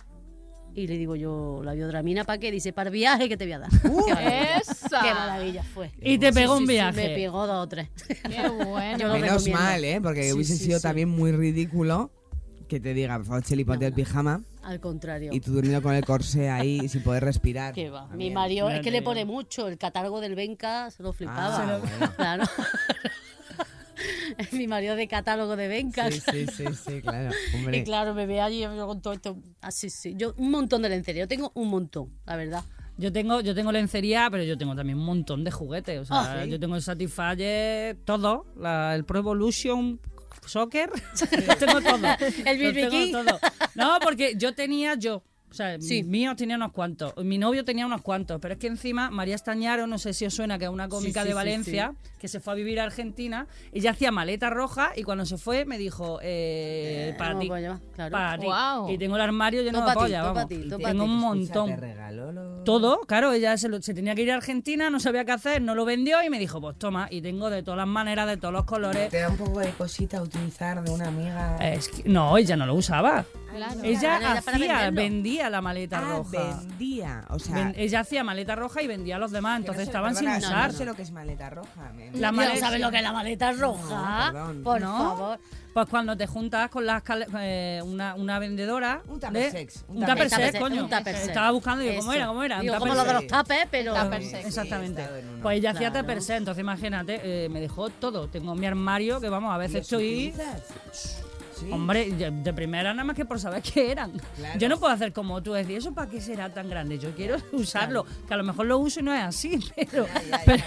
C: Y le digo yo, ¿la biodramina para qué? Dice, para el viaje que te voy a dar. qué, maravilla,
F: ¡Esa!
C: Qué maravilla fue.
B: Y te pegó
C: Sí,
B: un
C: sí, sí,
B: viaje.
C: me pegó dos o tres.
F: ¡Qué
C: Yo
F: bueno!
C: lo
D: Menos
C: recomiendo.
D: mal, ¿eh? Porque
C: Sí,
D: hubiese
C: sí,
D: sido
C: sí.
D: también muy ridículo que te diga, por favor, Cheli, ponte el pijama
C: Al contrario.
D: y tú durmiendo con el corsé ahí sin poder respirar.
C: ¿Qué va?
D: También.
C: Mi marido es que le
B: Madre
C: pone mucho. El catálogo del Benca se lo flipaba.
D: Ah, Se lo-
C: Claro. Mi marido de catálogo de Benca.
D: Sí, sí, sí, sí, claro. Hombre.
C: Y claro, me ve allí yo con todo esto. Así, sí. Yo, un montón de lencería. Yo tengo un montón, la verdad.
B: Yo tengo, yo tengo lencería, pero yo tengo también un montón de juguetes. O sea,
C: Ah, ¿sí?
B: yo tengo el Satisfyer, todo, la- el Pro Evolution Soccer, tengo todo.
C: El
B: Lo
C: BB
B: tengo
C: King.
B: todo. No, porque yo tenía yo. O sea,
C: Sí.
B: míos tenía unos cuantos. Mi novio tenía unos cuantos. Pero es que encima María Estañaro, no sé si os suena, que es una cómica
C: sí,
B: de
C: sí,
B: Valencia, que se fue a vivir a Argentina. Ella hacía maleta roja y cuando se fue me dijo, eh, para
C: ¿cómo
B: ti.
C: puedo llamar? Claro.
B: Para ti.
F: Guau.
B: Y tengo el armario lleno
C: Todo
B: de
C: pa' ti,
B: polla,
C: todo pa'
B: vamos.
C: ti, todo
B: tengo un montón.
D: Escucha, te regaló lo-
B: Todo, claro, ella se, lo- se tenía que ir a Argentina, no sabía qué hacer, no lo vendió y me dijo, pues toma, y tengo de todas las maneras, de todos los colores.
D: Te da un poco de cosita utilizar de una amiga.
B: Eh. Es que- no, ella no lo usaba.
F: Claro.
B: Ella
C: Claro, era para
B: hacía,
C: venderlo.
B: vendía vendía la maleta
D: Ah,
B: roja.
D: vendía. O sea,
B: Ven- ella hacía maleta roja y vendía a los demás,
D: que no
B: entonces
D: sé-
B: estaban sin
D: perdona,
B: usar.
D: No sé lo que es maleta roja. me-
B: La
C: ¿No
B: maleta-
C: sabes lo que es la maleta roja?
D: perdón.
C: Por
B: ¿No?
C: favor.
B: Pues cuando te juntas con las cal- eh, una, una vendedora.
D: Un tupper
B: de-
D: sex,
B: Un
D: un
B: tupper
D: tupper
B: sex,
C: sex,
B: coño.
C: un tupper sex.
B: Estaba buscando y digo, ¿cómo
C: Eso.
B: era? ¿Cómo era? Un
C: Digo,
B: tupper
C: como lo de
B: sex.
C: los tapes, pero...
F: Tupper
D: Sí,
F: sex.
D: he
B: Exactamente.
D: estado en uno.
B: Pues ella hacía
C: Claro.
B: tupper sex, entonces imagínate, eh, me dejó todo. Tengo mi armario que, vamos, a
D: ¿Los
B: veces estoy.
D: utilizas? Sí.
B: Hombre, de, de primera nada más que por saber qué eran.
D: Claro.
B: Yo no puedo hacer como tú, decir, ¿eso para qué será tan grande? Yo quiero usarlo, que a lo mejor lo uso y no es así, pero, pero,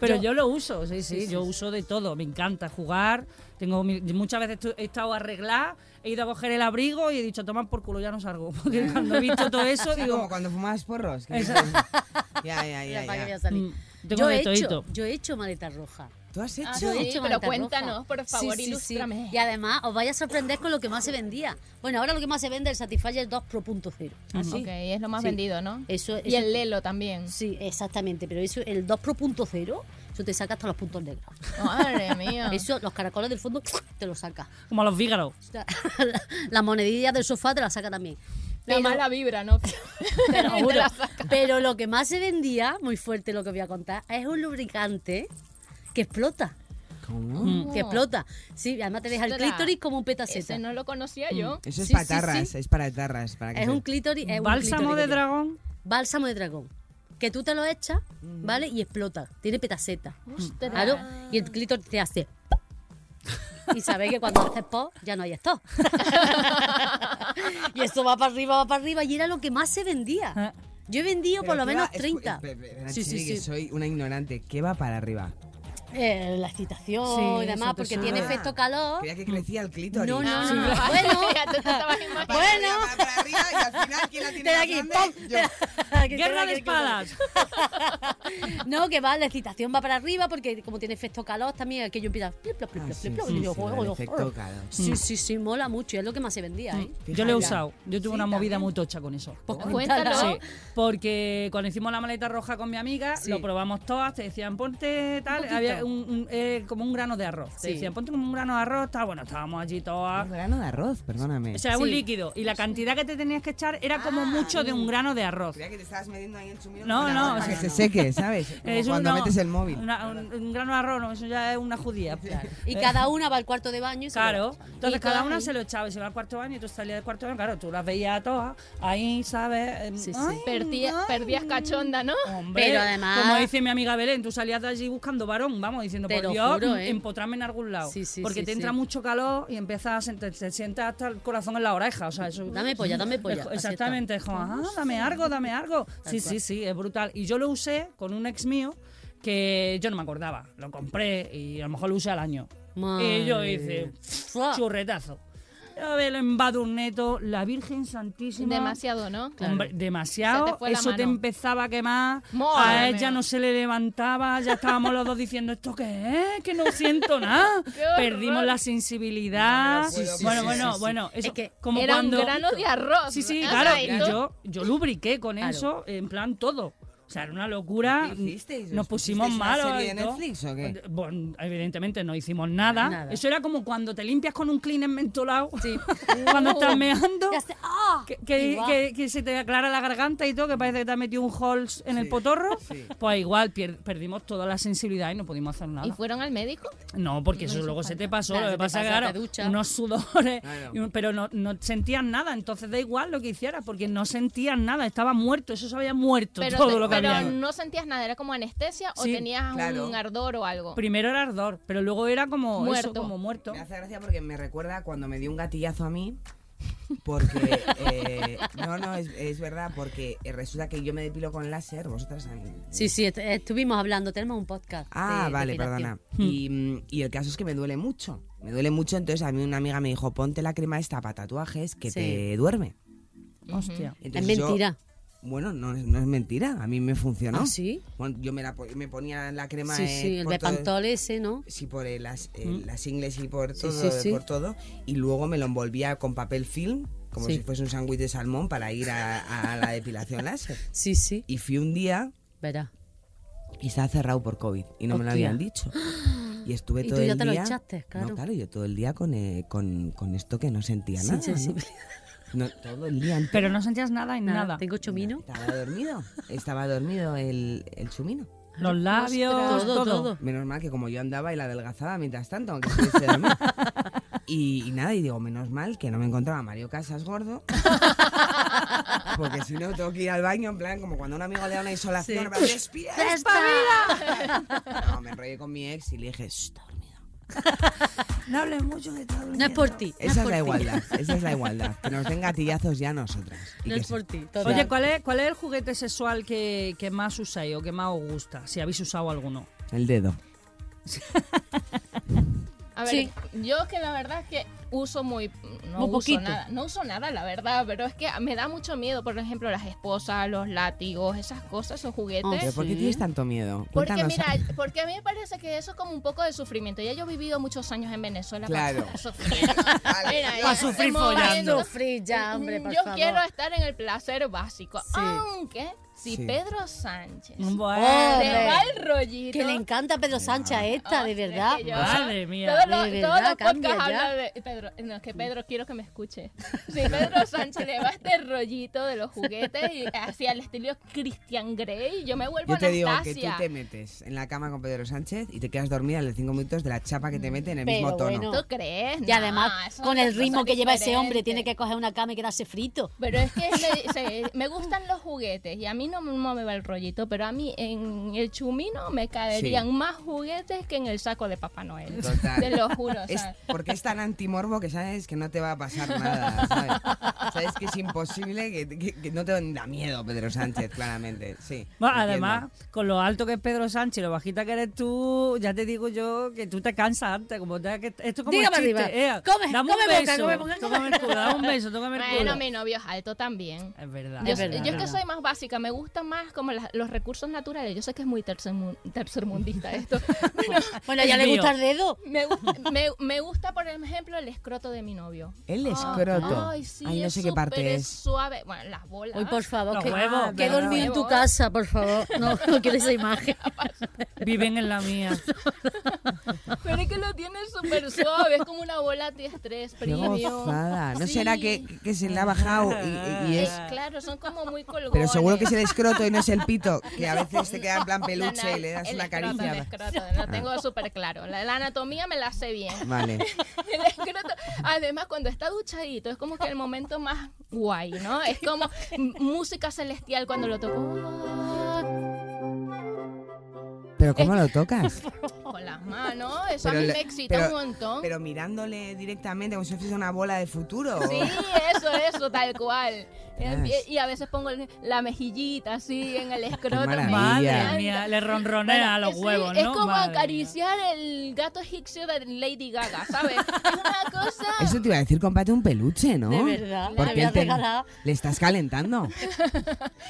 B: pero yo, lo uso, sí, sí, yo uso de todo, me encanta jugar, tengo mi- muchas veces tu- he estado arreglada, he ido a coger el abrigo y he dicho, toman por culo, ya no salgo, porque cuando he visto todo eso,
D: Sí, como
B: digo,
D: cuando fumabas porros. que- ya, ya,
C: Mira,
D: ya,
C: para que voy
D: ya.
C: a salir.
B: Mm, tengo
C: yo,
B: de
C: he hecho,
B: todito.
C: yo he hecho maleta roja.
D: ¿Tú has hecho?
F: Ah,
C: Yo he
F: sí,
C: hecho
F: pero
C: maleta roja.
F: cuéntanos, por favor,
C: Sí, sí, sí.
F: ilústrame.
C: Y además os vais a sorprender con lo que más se vendía. Bueno, ahora lo que más se vende es el Satisfyer 2 Pro punto cero.
F: Ok, es lo más
C: Sí.
F: vendido, ¿no?
C: Eso-
F: Y
C: eso-
F: el Lelo también.
C: Sí, exactamente, pero eso el 2 Pro punto cero, eso te saca hasta los puntos negros.
F: Madre mía.
C: Eso, los caracoles del fondo te lo saca.
B: como a los vígaros.
C: O sea, Las monedillas del sofá te las saca también.
F: La
C: Pero-
F: mala vibra, ¿no?
C: Te lo
F: Te
C: juro.
F: la saca.
C: Pero lo que más se vendía, muy fuerte lo que voy a contar, es un lubricante que explota.
D: ¿Cómo?
C: Que explota. Sí, además te deja el
F: Ostras,
C: clítoris como un
F: Ese
C: petaceta.
F: no lo conocía
C: Mm.
F: yo.
D: Eso es
C: Sí,
D: para
C: sí, sí.
D: tarras, es para tarras. Para que
C: Es
D: se-
C: un clítoris. Es un
B: Bálsamo
C: clítoris
B: de
C: que-
B: dragón.
C: Bálsamo de dragón. Que tú te lo echas, ¿vale? Y explota. Tiene petaceta.
F: Ostras.
C: Claro.
B: Ah.
C: Y el clítoris te hace. pa. Y sabes que cuando haces pop ya no hay esto. y eso va para arriba, va para arriba. Y era lo que más se
B: Ah.
C: vendía. Yo he vendido
D: Pero
C: por lo
D: ¿qué
C: menos
D: va? Escu-
C: 30.
D: pe- pe- espera,
C: Sí, sí,
D: Chiri, que
C: sí.
D: soy una ignorante. ¿Qué va para arriba? Ah.
C: Eh, la excitación
B: Sí,
C: y
B: eso
C: demás,
B: te
C: porque
B: sube.
C: tiene efecto calor.
D: Creía que crecía el clítoris.
C: No, no,
F: Ah,
C: no.
F: vale.
C: Bueno.
F: Ya tú te estabas imaginando.
D: Para arriba,
C: Bueno.
D: para arriba y al final, ¿quién la tiene
C: Te da
D: más
C: aquí,
D: grande?
C: ¡pum!
D: Yo.
C: Que te da
B: Guerra de
C: aquí-
B: espadas.
C: No, que va, la excitación va para arriba porque como tiene efecto calor también aquello empieza... plop, plop, plop,
D: Ah,
C: plop,
D: sí,
C: plop,
D: sí,
C: y yo
D: sí,
C: juego,
D: el
C: yo
D: efecto
C: juego.
D: calor. Mm.
C: Sí, sí, sí, mola mucho, es lo que más se vendía, ¿eh?
B: Yo lo he
D: Fíjate.
B: usado. Yo tuve
D: Sí,
B: una movida
D: también.
B: muy tocha con eso.
C: Pues
F: cuéntalo.
B: Sí, porque cuando hicimos la maleta roja con mi amiga,
C: Sí.
B: lo probamos todas, te decían, ponte tal,
C: poquito.
B: había un- un- eh, como un grano de arroz. Te
C: Sí.
B: decían, ponte como un grano de arroz, tal, bueno, estábamos allí todas.
D: Un grano de arroz, perdóname.
B: O sea, un
C: Sí. Ah,
B: líquido. Y la cantidad que te tenías que echar era como mucho de un grano de arroz.
D: Creía que te estabas metiendo ahí el chumino.
B: No,
D: con
B: no, o
D: arroz para
B: sea,
D: que se
B: no.
D: seque, ¿sabes? Como
B: Es
D: cuando
B: uno-
D: metes el móvil.
B: una- un, un grano de arroz, no, eso ya es una judía. Claro.
C: Y
D: Eh.
C: cada una va al cuarto de baño y se
B: Claro,
C: lo echa.
B: entonces
C: Y
B: cada
C: todas
B: una
C: ahí.
B: se lo echaba y se va al cuarto baño y tú salías del cuarto baño, claro, tú las veías a todas, ahí, ¿sabes? Em,
C: Sí, sí.
B: ay,
F: Perdía- perdías cachonda, ¿no?
B: Hombre,
C: Pero además-
B: Como dice mi amiga Belén, tú salías de allí buscando varón, vamos, diciendo,
C: Te
B: por
C: lo
B: Dios,
C: juro, ¿eh?
B: empotrarme en algún lado.
C: Sí, sí,
B: porque
C: sí,
B: te entra
C: sí.
B: mucho calor y empiezas a sentir, te sientas hasta el corazón en la oreja. O sea, eso.
C: Dame polla, dame polla,
B: Es-
C: así está.
B: Exactamente, es como, ah, dame algo, dame algo. Sí, sí,
C: cual.
B: sí, es brutal. Y yo lo usé con un ex mío que yo no me acordaba. Lo compré y a lo mejor lo usé al año. Y yo
C: Madre.
B: hice
D: Eh.
C: Fua.
B: churretazo. A ver, en Badurneto, la Virgen Santísima.
F: Demasiado, ¿no?
B: Hombre, demasiado,
F: Se te fue la
B: eso te
F: mano.
B: empezaba a quemar,
F: Madre
B: a ella
F: mía.
B: no se le levantaba, ya estábamos los dos diciendo, ¿esto qué es? Que no siento nada,
F: horror!
B: perdimos la sensibilidad,
D: Sí, sí,
B: bueno,
D: sí,
B: bueno,
D: sí,
B: bueno, eso
C: Es que
B: como
F: Era
B: cuando...
F: un grano de arroz.
B: Sí, sí,
F: O sea,
B: claro,
F: y
B: y
F: tú-
B: yo, yo lubriqué con
C: Claro.
B: eso, en plan todo. O sea, era una locura.
D: ¿Qué hicisteis?
B: Nos
D: ¿Os
B: pusimos
D: pusisteis una
B: malos.
D: serie
B: y
D: de
B: todo.
D: Netflix o qué?
B: Bueno, evidentemente no hicimos nada.
C: Nada.
B: Eso era como cuando te limpias con un clean mentolado.
C: Sí.
B: cuando
F: Uh.
B: estás meando.
C: Ya se- ¡Ah!
B: Que, que-
C: Y va.
B: que- que se te aclara la garganta y todo, que parece que te ha metido un holes en el potorro, pues igual pier- perdimos toda la sensibilidad y no pudimos hacer nada.
F: ¿Y fueron al médico?
B: No, porque eso luego se te pasó.
C: Claro,
B: lo
C: se
B: que
C: te
B: pasa es que,
C: pasa,
B: claro,
C: te duchas.
B: unos sudores,
D: Claro.
B: y un- pero no, no sentías nada. Entonces da igual lo que hicieras, porque no sentías nada. Estaba muerto, eso se había muerto
F: Pero,
B: todo
F: te-
B: lo que
F: pero
B: había.
F: no sentías nada, era como anestesia o
B: Sí,
F: tenías
D: claro.
F: un ardor o algo.
B: Primero era ardor, pero luego era como eso,
F: Muerto.
B: como muerto.
D: Me hace gracia porque me recuerda cuando me dio un gatillazo a mí. Porque. eh, no, no, es, es verdad, porque eh, resulta que yo me depilo con láser, vosotras. eh,
C: Sí, sí, est- estuvimos hablando, tenemos un podcast.
D: Ah,
C: de Hmm.
D: vale,
C: depilación.
D: perdona. Y, mm, y el caso es que me duele mucho. Me duele mucho, entonces a mí una amiga me dijo, ponte la crema esta para tatuajes que
C: Sí.
D: te duerme.
B: Hostia.
D: Entonces
C: Es
D: yo-
C: mentira.
D: bueno, no, es- no es mentira, a mí me funcionó.
C: ¿Ah, sí?
D: Bueno, yo me, la, po- me ponía la crema
C: Sí,
D: eh,
C: sí, el
D: por
C: de
D: todo-
C: Pantol ese, ¿no?
D: Sí, por eh, las, eh, las ingles y por todo,
C: sí, sí.
D: por todo. Y luego me lo envolvía con papel film, como
C: Sí.
D: si fuese un sándwich de salmón para ir a, a la depilación láser.
C: Sí, sí.
D: Y fui un día
C: Verá.
D: y estaba cerrado por COVID y no me lo
C: Hostia.
D: habían dicho. Y estuve
C: Y
D: todo
C: tú
D: el
C: ya
D: día.
C: te lo echaste, claro.
D: No, claro, yo todo el día con, eh, con, con esto que no sentía
C: Sin
D: nada. ¿no?
C: sensibilidad.
D: No, todo el día entero.
B: Pero no sentías nada y
C: Nada,
B: nada.
C: Tengo chomino.
D: Estaba dormido. Estaba dormido el, el chumino.
B: Los labios,
C: Todo, todo.
D: Menos mal que como yo andaba y la adelgazaba mientras tanto, aunque estuviese dormida. Y, y nada, y digo, menos mal que no me encontraba Mario Casas gordo. Porque si no, tengo que ir al baño, en plan, como cuando un amigo le da una
C: Sí.
D: insolación, en plan, "Despierta".
C: ¡Despavila!
D: No, me enrollé con mi ex y le dije, "Shh, está dormido.
B: No hables mucho de todo.
C: No es por ti. no
D: Esa es
C: por
D: la
C: ti.
D: igualdad, esa es la igualdad. Que nos den gatillazos ya a nosotras. Y
C: No
D: que
C: es
D: se-
C: por ti.
B: Oye,
C: total.
B: ¿cuál es, ¿cuál es el juguete sexual que, que más usáis o que más os gusta? Si habéis usado alguno.
D: El dedo.
F: A ver,
C: Sí.
F: yo que la verdad es que uso muy... No
C: Muy
F: uso
C: poquito.
F: nada, no uso nada la verdad, pero es que me da mucho miedo, por ejemplo, las esposas, los látigos, esas cosas, esos
C: Ah,
F: juguetes.
D: ¿Pero por qué
C: sí.
D: tienes tanto miedo?
F: Porque
D: pues, Cuéntanos.
F: mira, porque a mí me parece que eso es como un poco de sufrimiento. Ya yo he vivido muchos años en Venezuela
D: Claro.
F: para sufrir. Mira, ya,
B: sufrir
F: moviendo.
B: follando.
C: Sufrí ya, hombre, por
F: Yo
C: favor.
F: quiero estar en el placer básico.
C: Sí.
F: Aunque si
D: Sí.
F: Pedro Sánchez
B: Mm, Bueno.
F: le
C: Hombre.
F: va el rollito.
C: Que le encanta a Pedro Sánchez a esta, de
F: Hombre,
C: verdad.
F: que yo-
B: Madre mía.
F: Todos
C: De
F: los,
C: verdad,
F: todos los
C: cambia
F: podcasts
C: ya.
F: hablan de eh, Pedro. No, es que Pedro quiero que me escuche. Si Pedro Sánchez le va este rollito de los juguetes y así al estilo Christian Grey, yo me vuelvo
D: Yo te digo que tú
F: Anastasia.
D: te metes en la cama con Pedro Sánchez y te quedas dormida en los cinco minutos de la chapa que te mete en el
C: Pero
D: mismo tono.
C: bueno.
F: ¿Tú crees?
C: Y además, con el ritmo que lleva ese hombre, tiene
F: que
C: que coger una cama y quedarse frito.
F: Pero es que me, se- me gustan los juguetes y a mí no, no me va el rollito, pero a mí en el chumino me caerían
D: Sí.
F: más juguetes que en el saco de Papá Noel.
D: Total.
F: Te lo juro. o
D: Es
F: sea,
D: porque es tan antimorbo que sabes que no te va a pasar nada, ¿sabes? Sabes que es imposible, que, que- que no te da miedo Pedro Sánchez, claramente, sí.
C: Oh.
B: Bueno,
D: entiendo.
B: además, con lo alto que es Pedro Sánchez, y lo bajita que eres tú, ya te digo yo que tú te cansas antes. Como te- que- esto es como
C: Dígame
B: el chiste.
C: arriba.
B: eh,
C: Come,
B: dame
C: come
B: un
C: boca,
B: beso,
C: come boca, come
B: tócame el culo, dame un beso, tócame el
F: bueno,
B: culo.
F: mi novio es alto también.
B: Es verdad.
F: Yo,
C: Es verdad,
F: yo
C: es
F: es que
C: verdad.
F: soy más básica, me gustan más como las- los recursos naturales. Yo sé que es muy tercermu- tercermundista esto. pero
C: Bueno, ya le
B: mío.
C: gusta el dedo.
F: me, gu- me, me gusta, por ejemplo, el escroto de mi novio.
D: El escroto.
F: Ah, Ay, sí,
D: Ay, no
F: es
D: sé qué
F: súper
D: parte es.
F: suave. Bueno, las bolas.
C: Uy, por favor,
B: Los
C: que,
B: huevos,
C: que he
B: ¿verdad?
C: dormido en tu
F: Huevos.
C: casa, por favor. No, no quiero esa imagen.
B: Viven en la mía.
F: Pero es que lo tiene súper suave, es como una bola de estrés
D: Qué gozada. ¿No será que, que se le ha bajado y- y, y es...?
F: claro, son como muy colgones.
D: Pero seguro que es el escroto y no es el pito, que a veces te queda en plan
F: No, no,
D: peluche y le das
F: el
D: una
F: escroto, el
D: caricia. Ah.
F: escroto, lo tengo súper claro. La, la anatomía me la sé bien.
D: Vale.
F: El escroto, además, cuando está duchadito, es como que el momento más guay, ¿no? Es como m- música celestial cuando lo toco. ¡ah!
D: ¿Pero cómo lo tocas?
F: Con las manos, eso
D: Pero
F: a mí
D: le-
F: me excita
D: pero-
F: un montón.
D: Pero mirándole directamente como si fuese una bola de futuro.
F: Sí, eso, eso, tal cual.
D: Yes.
F: Y, y a veces pongo el- la mejillita así en el escroto.
D: maravilla.
F: me
B: Madre
F: encanta.
B: mía, le
F: Bueno,
B: ronronea a los
F: sí,
B: huevos, ¿no?
F: Es como
B: Madre mía.
F: acariciar el gato egipcio de Lady Gaga, ¿sabes? Es una cosa...
D: Eso te iba a decir, cómprate un peluche, ¿no?
C: De verdad, me
D: Porque
C: había
D: él te-
C: regalado.
D: le estás calentando.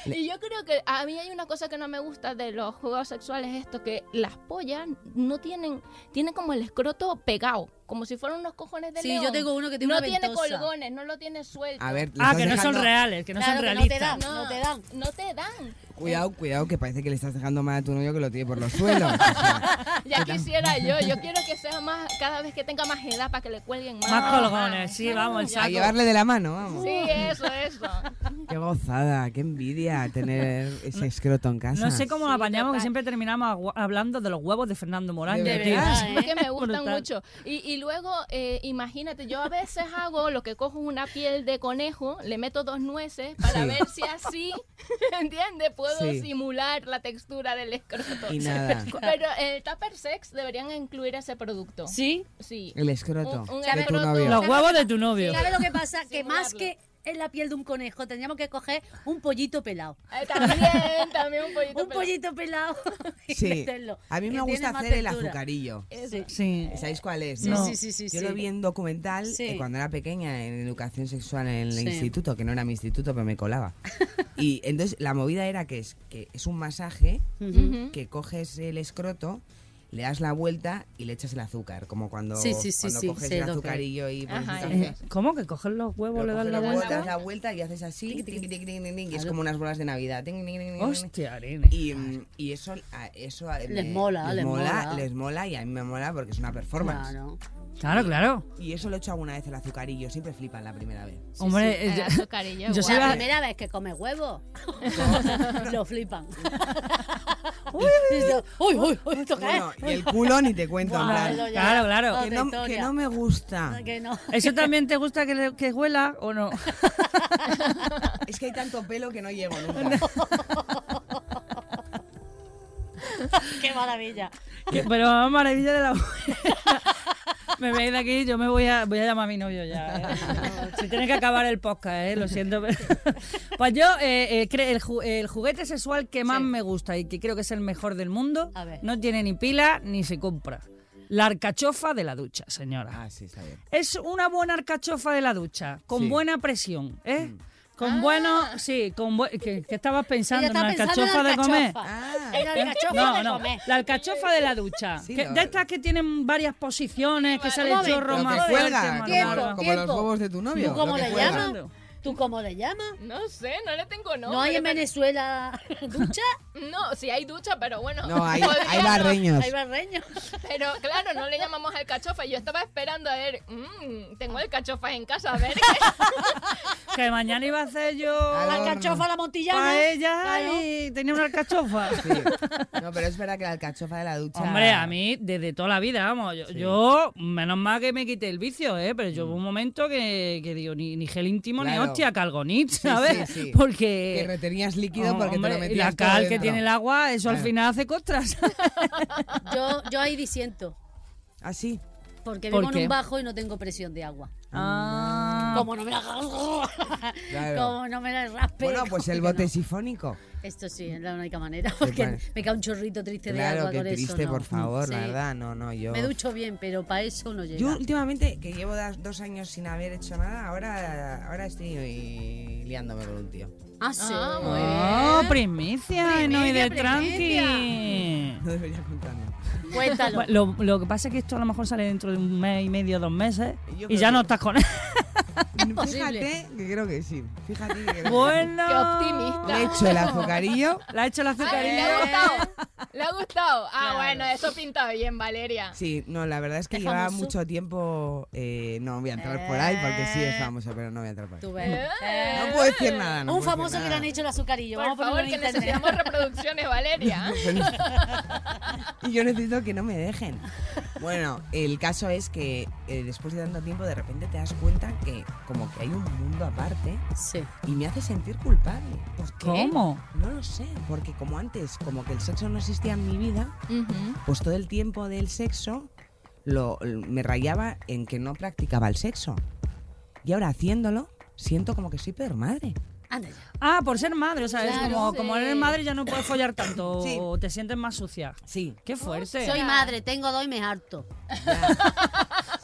F: Y yo creo que a mí hay una cosa que no me gusta de los juegos sexuales, esto que las pollas no tienen... Tienen como el escroto pegado, como si fueran unos cojones de
C: Sí,
F: león.
C: yo tengo uno que tiene
F: No
C: una
F: tiene
C: ventosa.
F: colgones, no lo tiene suelto.
D: A ver, le
B: Ah,
D: estás
B: que no son
D: dejando-
B: reales, que no
C: Claro
B: son
C: que no te
B: realistas.
C: dan. no te dan.
F: No te dan.
D: Cuidado, cuidado, que parece que le estás dejando más a tu novio que lo tiene por los suelos. O sea,
C: Ah,
F: Ya quisiera yo, yo quiero que sea más, cada vez que tenga más edad para que le cuelguen más.
B: Más colgones, sí, vamos, el
D: a
B: saco.
D: llevarle de la mano, vamos.
F: Sí, eso, eso.
D: Qué gozada, qué envidia tener ese escroto en casa.
B: No sé cómo lo
F: Sí,
B: apañamos, que
F: total.
B: siempre terminamos agua- hablando de los huevos de Fernando Morán.
D: De
B: yo, tío.
C: verdad, ¿eh?
F: Es que me gustan
B: Brutal.
F: mucho. Y, y luego, eh, imagínate, yo a veces hago lo que cojo una piel de conejo, le meto dos nueces para
D: Sí.
F: ver si así, ¿entiendes? Puedo
D: Sí.
F: simular la textura del escroto.
D: Y nada,
F: Pero el Tupper Sex deberían incluir ese producto.
C: ¿Sí?
F: Sí.
D: el escroto
F: Un- un
D: de tu
F: escroto.
D: novio.
B: Los huevos de tu novio.
C: ¿Sabes lo que pasa? Que
F: Simularlo.
C: más que en la piel de un conejo, tendríamos que coger un pollito pelado.
F: Eh, También, también un pollito.
C: Un
F: pelado.
C: pollito pelado y
D: Sí,
C: meterlo.
D: a mí me
C: que
D: gusta
C: tiene más
D: hacer el
C: textura.
D: azucarillo.
C: Sí.
B: Sí.
D: ¿Sabéis cuál es?
C: Sí,
D: no?
C: sí, sí, sí,
D: Yo
C: sí.
D: lo vi en documental
C: Sí.
D: eh, cuando era pequeña en educación sexual en el
C: Sí.
D: instituto, que no era mi instituto, pero me colaba. y entonces la movida era que es, que es un masaje
C: Ujú.
D: que coges el escroto le das la vuelta y le echas el azúcar, como cuando,
C: Sí, sí, sí,
D: cuando
C: sí,
D: coges
C: sé
D: el
C: lo que-
D: azucarillo y pones
F: Ajá,
D: el
F: eso
D: café.
F: es.
B: Eh, ¿Cómo que cogen los huevos, le
D: Lo
B: dan la
D: coges, le
B: vuelta?
D: das la vuelta y haces así, tin, tin, tin, tin, tin, tin, y es
C: Claro.
D: como unas bolas de Navidad. tin, tin, tin, tin, tin, tin.
B: Hostia, arena.
D: Y, mm, y eso, a- eso a-
C: Les mola, les mola.
D: les mola y a mí me mola porque es una performance.
C: Claro.
B: Claro, claro.
D: Y eso lo he hecho alguna vez el azucarillo, siempre flipan la primera vez.
B: Hombre, eh,
F: El
B: yo-
F: azucarillo,
B: yo
F: Ah, guau.
B: soy
C: La
B: la-
C: primera vez que come huevos, lo flipan. Dice, uy, uy, uy, ¿esto qué
D: Bueno,
C: es?
D: y el culo ni te cuento, en
C: Buah,
D: plan,
C: eso ya
B: Claro,
C: es
B: claro.
C: otra
D: que, no, que
C: historia. Ah,
D: no me gusta.
C: Que no.
B: ¿Eso también te gusta que, le- que huela o no?
D: Es que hay tanto pelo que no llego nunca.
C: Qué maravilla.
B: Que- Pero vamos, maravilla de la Me veis de aquí, yo me voy a, voy a llamar a mi novio ya. ¿eh? Se tiene que acabar el podcast, ¿eh? lo siento. pero- Pues yo, eh, eh, cre- el, ju- el juguete sexual que más me gusta y que creo que es el mejor del mundo,
C: A ver.
B: no tiene ni pila ni se compra. La arcachofa de la ducha, señora.
D: Ah, sí, está bien.
B: Es una buena arcachofa de la ducha, con
D: Sí.
B: buena presión, ¿eh? Con bueno, sí, con bu- ¿qué, qué estabas pensando?
C: Ah. Ella está
B: ¿En
C: pensando
B: arcachofa
C: en
B: de comer? ¿Eh?
C: alcachofa.
D: Ah,
C: En alcachofa
B: no,
C: de
B: no,
C: comer.
B: la alcachofa de la ducha.
D: Sí,
B: que-
D: lo-
B: de estas que tienen varias posiciones, que sale
C: un
B: el
C: momento,
B: chorro
D: lo
B: más
D: que
B: fuerte,
D: cuelga,
B: más
C: tiempo,
B: largo.
D: como, como los
C: tiempo.
D: huevos de tu novio.
C: ¿Tú cómo
D: lo que
C: le
D: cuelga.
C: llamas? ¿Tú cómo le llamas?
F: No sé, no le tengo nombre.
C: ¿No hay en
F: pero-
C: Venezuela ducha?
F: No, sí hay ducha, pero bueno.
D: No, hay,
F: podría
D: hay
F: no.
D: barreños.
C: Hay barreños.
F: Pero claro, no le llamamos al cachofa. Yo estaba esperando a ver, mm,
C: Ah.
F: tengo el cachofa en casa, a ver qué.
B: Que mañana iba a hacer yo
D: Al
C: La
D: horno.
C: alcachofa, la montillana.
B: paella
C: Claro.
B: y tenía una alcachofa.
D: Sí. No, pero es verdad que la alcachofa de la ducha.
B: Hombre, a mí desde toda la vida, vamos. Yo, yo, menos mal que me quité el vicio, ¿eh? Pero yo hubo un momento que, que digo, ni, ni gel íntimo ni
D: Mm. Claro.
B: hostia, calgonit,
D: sí,
B: ¿sabes?
D: sí.
C: Eh,
D: Que
B: Porque.
D: retenías
C: oh,
D: líquido porque te
B: hombre,
D: lo
B: y
D: metías
B: la
D: todo
B: cal que
D: dentro.
B: tiene el agua, eso al
D: Claro.
B: final hace costras.
C: Yo, yo ahí disiento.
D: Así.
C: Porque
B: ¿Por
C: vivo en
B: qué?
C: un bajo y no tengo presión de agua. Mm.
B: Ah.
C: Como no me la
D: Claro.
C: Como no me la raspe.
D: Bueno, pues
C: como
D: el
C: que
D: bote
C: no.
D: sifónico.
C: Esto sí, es la única manera. Porque
D: pues.
C: me cae un chorrito triste de
D: Claro,
C: agua
D: que
C: con eso.
D: triste,
C: no.
D: por favor,
C: Sí.
D: la verdad. No, no, yo.
C: Me ducho bien, pero para eso no llega.
D: Yo últimamente, que llevo da- dos años sin haber hecho nada, ahora, ahora estoy y- liándome con un tío.
C: Ah, sí.
F: Ah, muy
B: Oh, primicia, no y de
C: Primicia,
B: tranqui.
D: No debería contarlo.
C: Cuéntalo.
B: Bueno, Lo, lo que pasa es que esto a lo mejor sale dentro de un mes y medio, dos meses, y
D: Yo creo
B: ya
D: que-
B: no estás con él.
D: Fíjate que creo que sí. Fíjate que creo que
B: bueno.
F: Qué optimista.
D: sí. Le he hecho el azucarillo.
B: Le ha hecho el ¿eh?
F: Ay,
B: azucarillo.
F: ¿Le ha gustado? ¿Le ha gustado? Ah, bueno, eso pinta bien, Valeria.
D: Sí, no, la verdad es que
C: ¿Es
D: llevaba
C: famoso?
D: mucho tiempo. eh, no voy a entrar por ahí porque sí es famoso, pero no voy a entrar por ahí.
C: Eh. Tú ves. Eh,
D: No puedo decir nada, no
C: un
D: puedo
C: famoso
D: decir
C: que le han
D: nada.
C: hecho el azucarillo.
F: Por
C: Vamos a
F: favor,
C: ponerlo
F: que
C: en internet.
F: necesitamos reproducciones, Valeria.
D: Y yo necesito que no me dejen. Bueno, el caso es que eh, después de tanto tiempo de repente te das cuenta que como que hay un mundo aparte
C: Sí.
D: y me hace sentir culpable. ¿Por qué?
B: ¿Cómo?
D: No lo sé, porque como antes, como que el sexo no existía en mi vida, pues todo el tiempo del sexo lo, me rayaba en que no practicaba el sexo. Y ahora haciéndolo, siento como que soy peor madre.
C: Anda ya.
B: Ah, por ser madre, o sea, es como, como eres madre ya no puedes follar tanto,
D: Sí.
B: o te sientes más sucia.
D: Sí.
B: Qué fuerte.
C: Soy madre, tengo dos y me harto.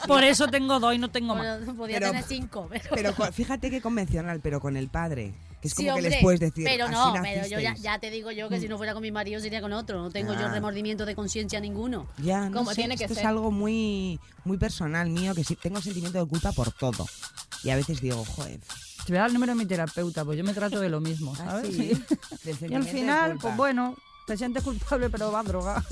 B: Por eso tengo dos y no tengo más.
C: Bueno, podía
D: Pero-
C: tener cinco. Pero,
D: Pero co- fíjate que convencional, pero con el padre. Que es
C: Sí,
D: como que les
C: hombre,
D: puedes decir.
C: Pero
D: "Así
C: no, pero yo ya,
D: nacisteis".
C: ya te digo yo que si no fuera con mi marido sería con otro. No tengo yo
D: Ah.
C: remordimiento de conciencia ninguno.
D: Ya, no
F: Como
D: sé,
F: tiene que
D: esto es
F: ser.
D: algo muy, muy personal mío, que sí, tengo sentimiento de culpa por todo. Y a veces digo, joder,
B: Te voy a dar el número de mi terapeuta, pues yo me trato de lo mismo, ¿sabes?
D: así.
F: Ah,
B: Ah, Y
D: del
B: al
D: sentimiento de
B: final,
D: culpa.
B: pues bueno, te sientes culpable, pero vas drogada.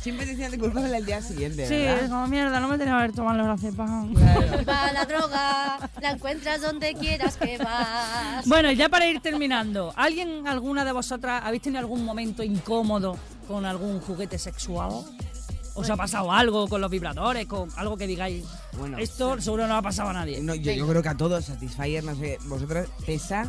D: Siempre te sientes culpable al día siguiente,
B: Sí, es
D: ¿verdad?
B: como mierda, no me tenía que haber tomado los lorazepam.
D: Claro.
C: Va la droga, la encuentras donde quieras que vas.
B: Bueno, y ya para ir terminando, ¿alguien, alguna de vosotras, habéis tenido algún momento incómodo con algún juguete sexual? ¿Os ha pasado algo con los vibradores, con algo que digáis?
D: Bueno.
B: Esto seguro no ha pasado a nadie.
D: No, yo, yo creo que a todos, Satisfyer, no sé, vosotros, pesa,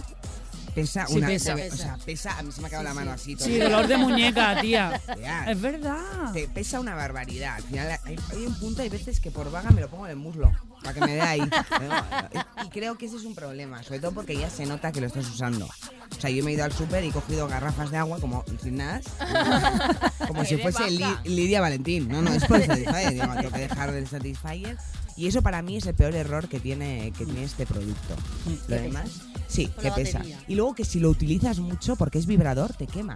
D: pesa
B: Sí,
D: una...
B: pesa.
D: O sea, pesa, a mí se me ha quedado la mano así. todo
B: Sí,
D: el-
B: dolor de muñeca, tía.
D: Ya.
B: Es verdad.
D: Te pesa una barbaridad. Al final hay, hay un punto, hay veces que por vaga me lo pongo en el muslo, para que me dé ahí. No, y creo que ese es un problema, sobre todo porque ya se nota que lo estás usando. O sea, yo me he ido al súper y he cogido garrafas de agua como sin nada, como si fuese Li- Lidia Valentín. No, no, es por el Satisfyer. Digo, tengo que dejar del Satisfyer. Y eso para mí es el peor error que tiene, que tiene este producto. Lo demás, sí,
C: Por
D: que
C: la
D: pesa.
C: batería.
D: Y luego que si lo utilizas mucho, porque es vibrador, te quema.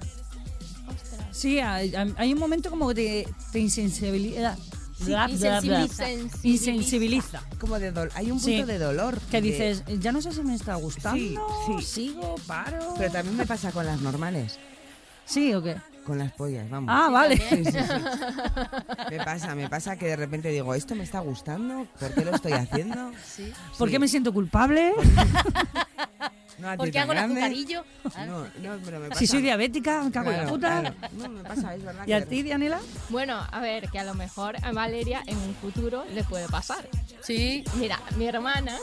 B: Sí, hay, hay un momento como que te, te insensibiliza. Bla, bla, bla.
F: Insensibiliza.
B: Insensibiliza.
D: Como de dol- hay un
B: Sí.
D: punto de dolor.
B: Que
D: de-
B: dices, ya no sé si me está gustando,
D: Sí, sí.
B: sigo, paro.
D: Pero también me pasa con las normales,
B: ¿Sí o qué?
D: con las pollas, vamos.
B: Ah, vale.
D: Sí, sí, sí. Me pasa, me pasa que de repente digo, ¿esto me está gustando? ¿Por qué lo estoy haciendo? Sí.
B: ¿Por qué me siento culpable?
D: No, a ti
C: ¿Por qué
D: tan
C: hago el
D: grande.
C: azucarillo?
D: No, no, pero me pasa.
B: Si soy diabética, me cago en la
D: Claro,
B: puta.
D: claro. No, me pasa, es verdad.
B: ¿Y
D: que
B: a
D: de
B: ti, Dianela?
F: Bueno, a ver, que a lo mejor a Valeria en un futuro le puede pasar.
C: Sí.
F: Mira, mi hermana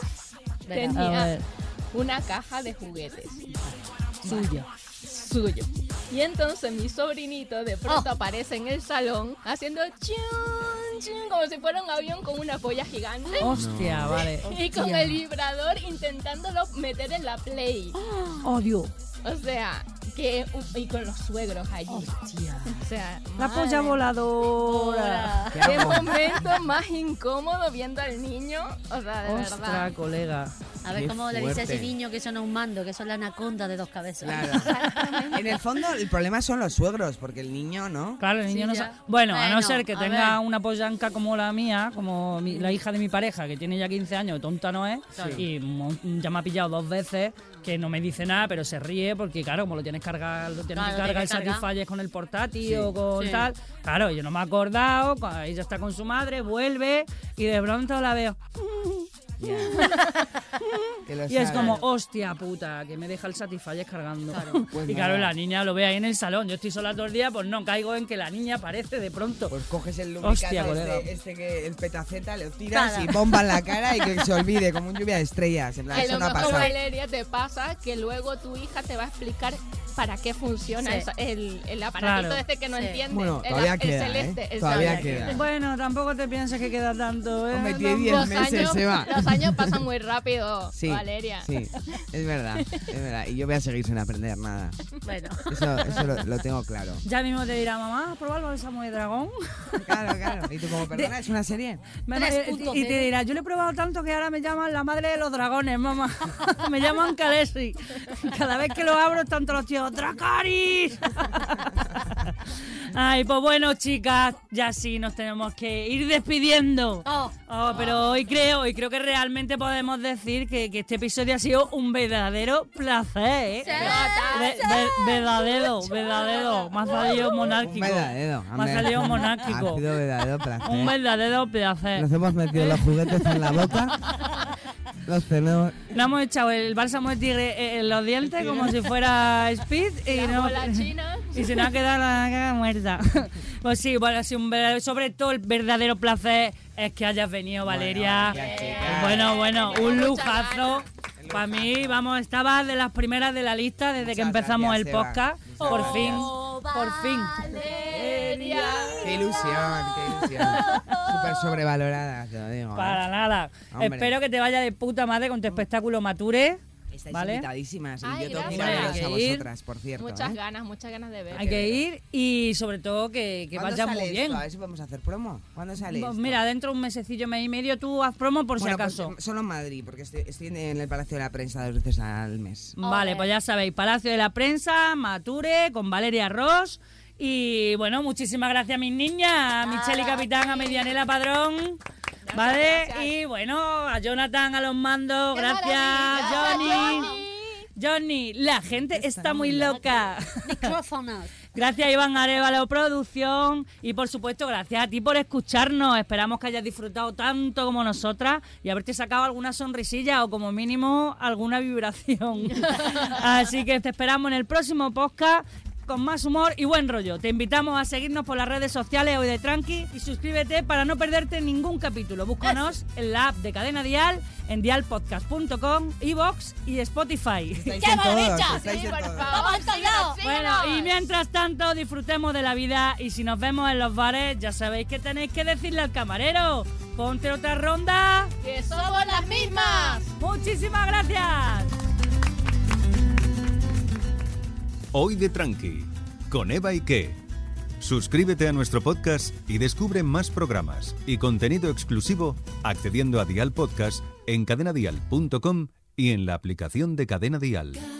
C: Venga.
B: A
F: tenía
B: ver.
F: una caja de juguetes
B: Suya.
F: suyo. Y entonces mi sobrinito de pronto aparece en el salón haciendo chun, chun, como si fuera un avión con una polla gigante.
B: Oh, Hostia, vale.
F: Y con
B: Hostia.
F: el vibrador intentándolo meter en la play.
B: Odio.
F: O sea, que. uh, Y con los suegros allí. O sea,
B: Oh. La
F: madre
B: polla voladora.
C: Ahora.
D: ¿Qué
F: Qué
D: hago?
F: momento más incómodo viendo al niño. O sea, de
B: Ostra,
F: verdad.
B: colega.
C: A ver
D: Qué
C: cómo le dice a ese
D: fuerte.
C: niño que eso no es un mando, que eso es la anaconda de dos cabezas.
D: Claro. En el fondo, el problema son los suegros, porque el niño, ¿no?
B: Claro, el niño
C: Sí,
B: no
C: ya.
B: sabe. Bueno, a no
C: Bueno,
B: ser que
C: a
B: tenga
C: ver.
B: una pollanca como la mía, como mi- la hija de mi pareja, que tiene ya 15 años, tonta no es, y mo- ya me ha pillado dos veces, que no me dice nada, pero se ríe porque, claro, como lo tienes cargar, lo tienes
C: Claro,
B: que
C: lo
B: cargar
C: tienes
B: el
C: que cargar.
B: Satisfyer con el portátil o con
C: Sí.
B: tal. Claro, yo no me he acordado, cu- ella está con su madre, vuelve, y de pronto la veo.
D: Ya. Que lo
B: Y es
D: saben.
B: como, hostia puta, que me deja el Satisfyer cargando.
D: Pues
B: y claro,
D: nada.
B: la niña lo ve ahí en el salón. Yo estoy sola todo el día, pues no caigo en que la niña aparece de pronto.
D: Pues coges el
B: Hostia,
D: lubricante
B: colega.
D: este, este que el petaceta, lo tiras
C: Nada.
D: y bomba en la cara y que se olvide como un lluvia de estrellas. En plan,
F: A
D: eso
F: lo
D: no ha
F: mejor,
D: pasado.
F: Valeria, te pasa que luego tu hija te va a explicar para qué funciona
C: Sí.
F: esa- el, el aparatito
B: Claro.
F: este que no
C: Sí.
F: entiende.
D: Bueno,
F: el,
D: todavía
F: el
D: queda,
F: celeste.
D: ¿eh?
F: el
D: Todavía
F: celeste.
D: queda.
B: Bueno, tampoco te pienses que queda tanto, ¿eh?
D: Hombre, tiene
B: Tampoco.
D: 10
F: Los
D: meses,
F: años,
D: se va.
F: los años pasan muy rápido,
D: Sí,
F: Valeria.
D: sí, es verdad, es verdad. Y yo voy a seguir sin aprender nada.
C: Bueno.
D: Eso, eso lo, lo tengo claro.
B: Ya mismo te dirá, mamá, ¿has probado el bálsamo de dragón?
D: Claro, claro. Y tú como, perdona, es una serie.
B: Mamá, eh, y te dirá, yo le he probado tanto que ahora me llaman la madre de los dragones, mamá. me llaman Kalesi. Cada vez que lo abro, tanto los tíos, ¡Dracaris! Ay, pues bueno, chicas, ya sí nos tenemos que ir despidiendo.
C: Oh.
B: Oh,
D: Ah.
B: pero hoy creo, hoy creo que realmente podemos decir que, que este episodio ha sido un verdadero placer, ¿eh? Ve- ve- verdadero, verdadero. Me ha salido
D: Un
B: monárquico.
D: verdadero.
B: Me ha salido monárquico.
D: Ha sido verdadero placer.
B: Un verdadero placer.
D: Nos hemos metido los juguetes en la boca. Los tenemos.
B: Le hemos echado el bálsamo de tigre en eh, los dientes como si fuera Speed y,
F: La
B: no,
F: bola china.
B: y se nos ha quedado la cara muerta. Pues sí, bueno, ha sido un verdadero- sobre todo el verdadero placer es que hayas venido, Valeria.
D: gracias, chicas.
B: Bueno, bueno, un
F: Muchas
B: lujazo. Para mí, vamos, estaba de las primeras de la lista desde que
D: Muchas
B: empezamos
D: gracias,
B: el
D: Eva.
B: podcast.
D: Muchas
B: Por
D: gracias.
B: fin,
C: Oh,
B: por fin.
F: Valeria.
D: Qué ilusión, qué ilusión. Súper sobrevalorada, te lo digo. ¿eh?
B: Para nada.
D: Hombre.
B: Espero que te vaya de puta madre con tu espectáculo Mature.
D: Estáis
B: ¿Vale?
D: invitadísimas. Y
F: Ay,
D: yo tengo que ir a
B: gracias.
D: veros a
B: Hay que ir.
D: vosotras, por cierto.
F: Muchas
D: ¿eh?
F: ganas, muchas ganas de ver.
B: Hay que ir y sobre todo que, que
D: ¿Cuándo
B: vaya
D: sale
B: muy
D: esto?
B: bien.
D: A ver si podemos hacer promo. ¿Cuándo sale
B: Pues
D: esto?
B: mira, dentro de un mesecillo mes y medio tú haz promo por si
D: Bueno, pues,
B: acaso.
D: solo en Madrid, porque estoy, estoy en el Palacio de la Prensa dos veces al mes.
B: Vale, pues ya sabéis, Palacio de la Prensa, Mature, con Valeria Ross. Y bueno, muchísimas gracias a mis niñas, a Michelle y Capitán, a Medianela Padrón. ¿Vale? Y bueno, a Jonathan, a los mandos, gracias, Johnny. Johnny, la gente está muy loca.
C: Micrófonos.
B: Gracias Iván Arevalo Producción y por supuesto gracias a ti por escucharnos. Esperamos que hayas disfrutado tanto como nosotras y haberte sacado alguna sonrisilla o como mínimo alguna vibración. Así que te esperamos en el próximo podcast con más humor y buen rollo. Te invitamos a seguirnos por las redes sociales hoy de Tranqui y suscríbete para no perderte ningún capítulo. Búscanos en la app de Cadena Dial, en dialpodcast.com, iVox y Spotify.
D: Estáis en todos, estáis en todos.
B: Bueno, y mientras tanto, disfrutemos de la vida y si nos vemos en los bares, ya sabéis que tenéis que decirle al camarero, ponte otra ronda.
F: Que somos las mismas.
B: Muchísimas gracias.
A: Hoy de Tranqui, con Eva Ike. Suscríbete a nuestro podcast y descubre más programas y contenido exclusivo accediendo a Dial Podcast en cadenadial.com y en la aplicación de Cadena Dial.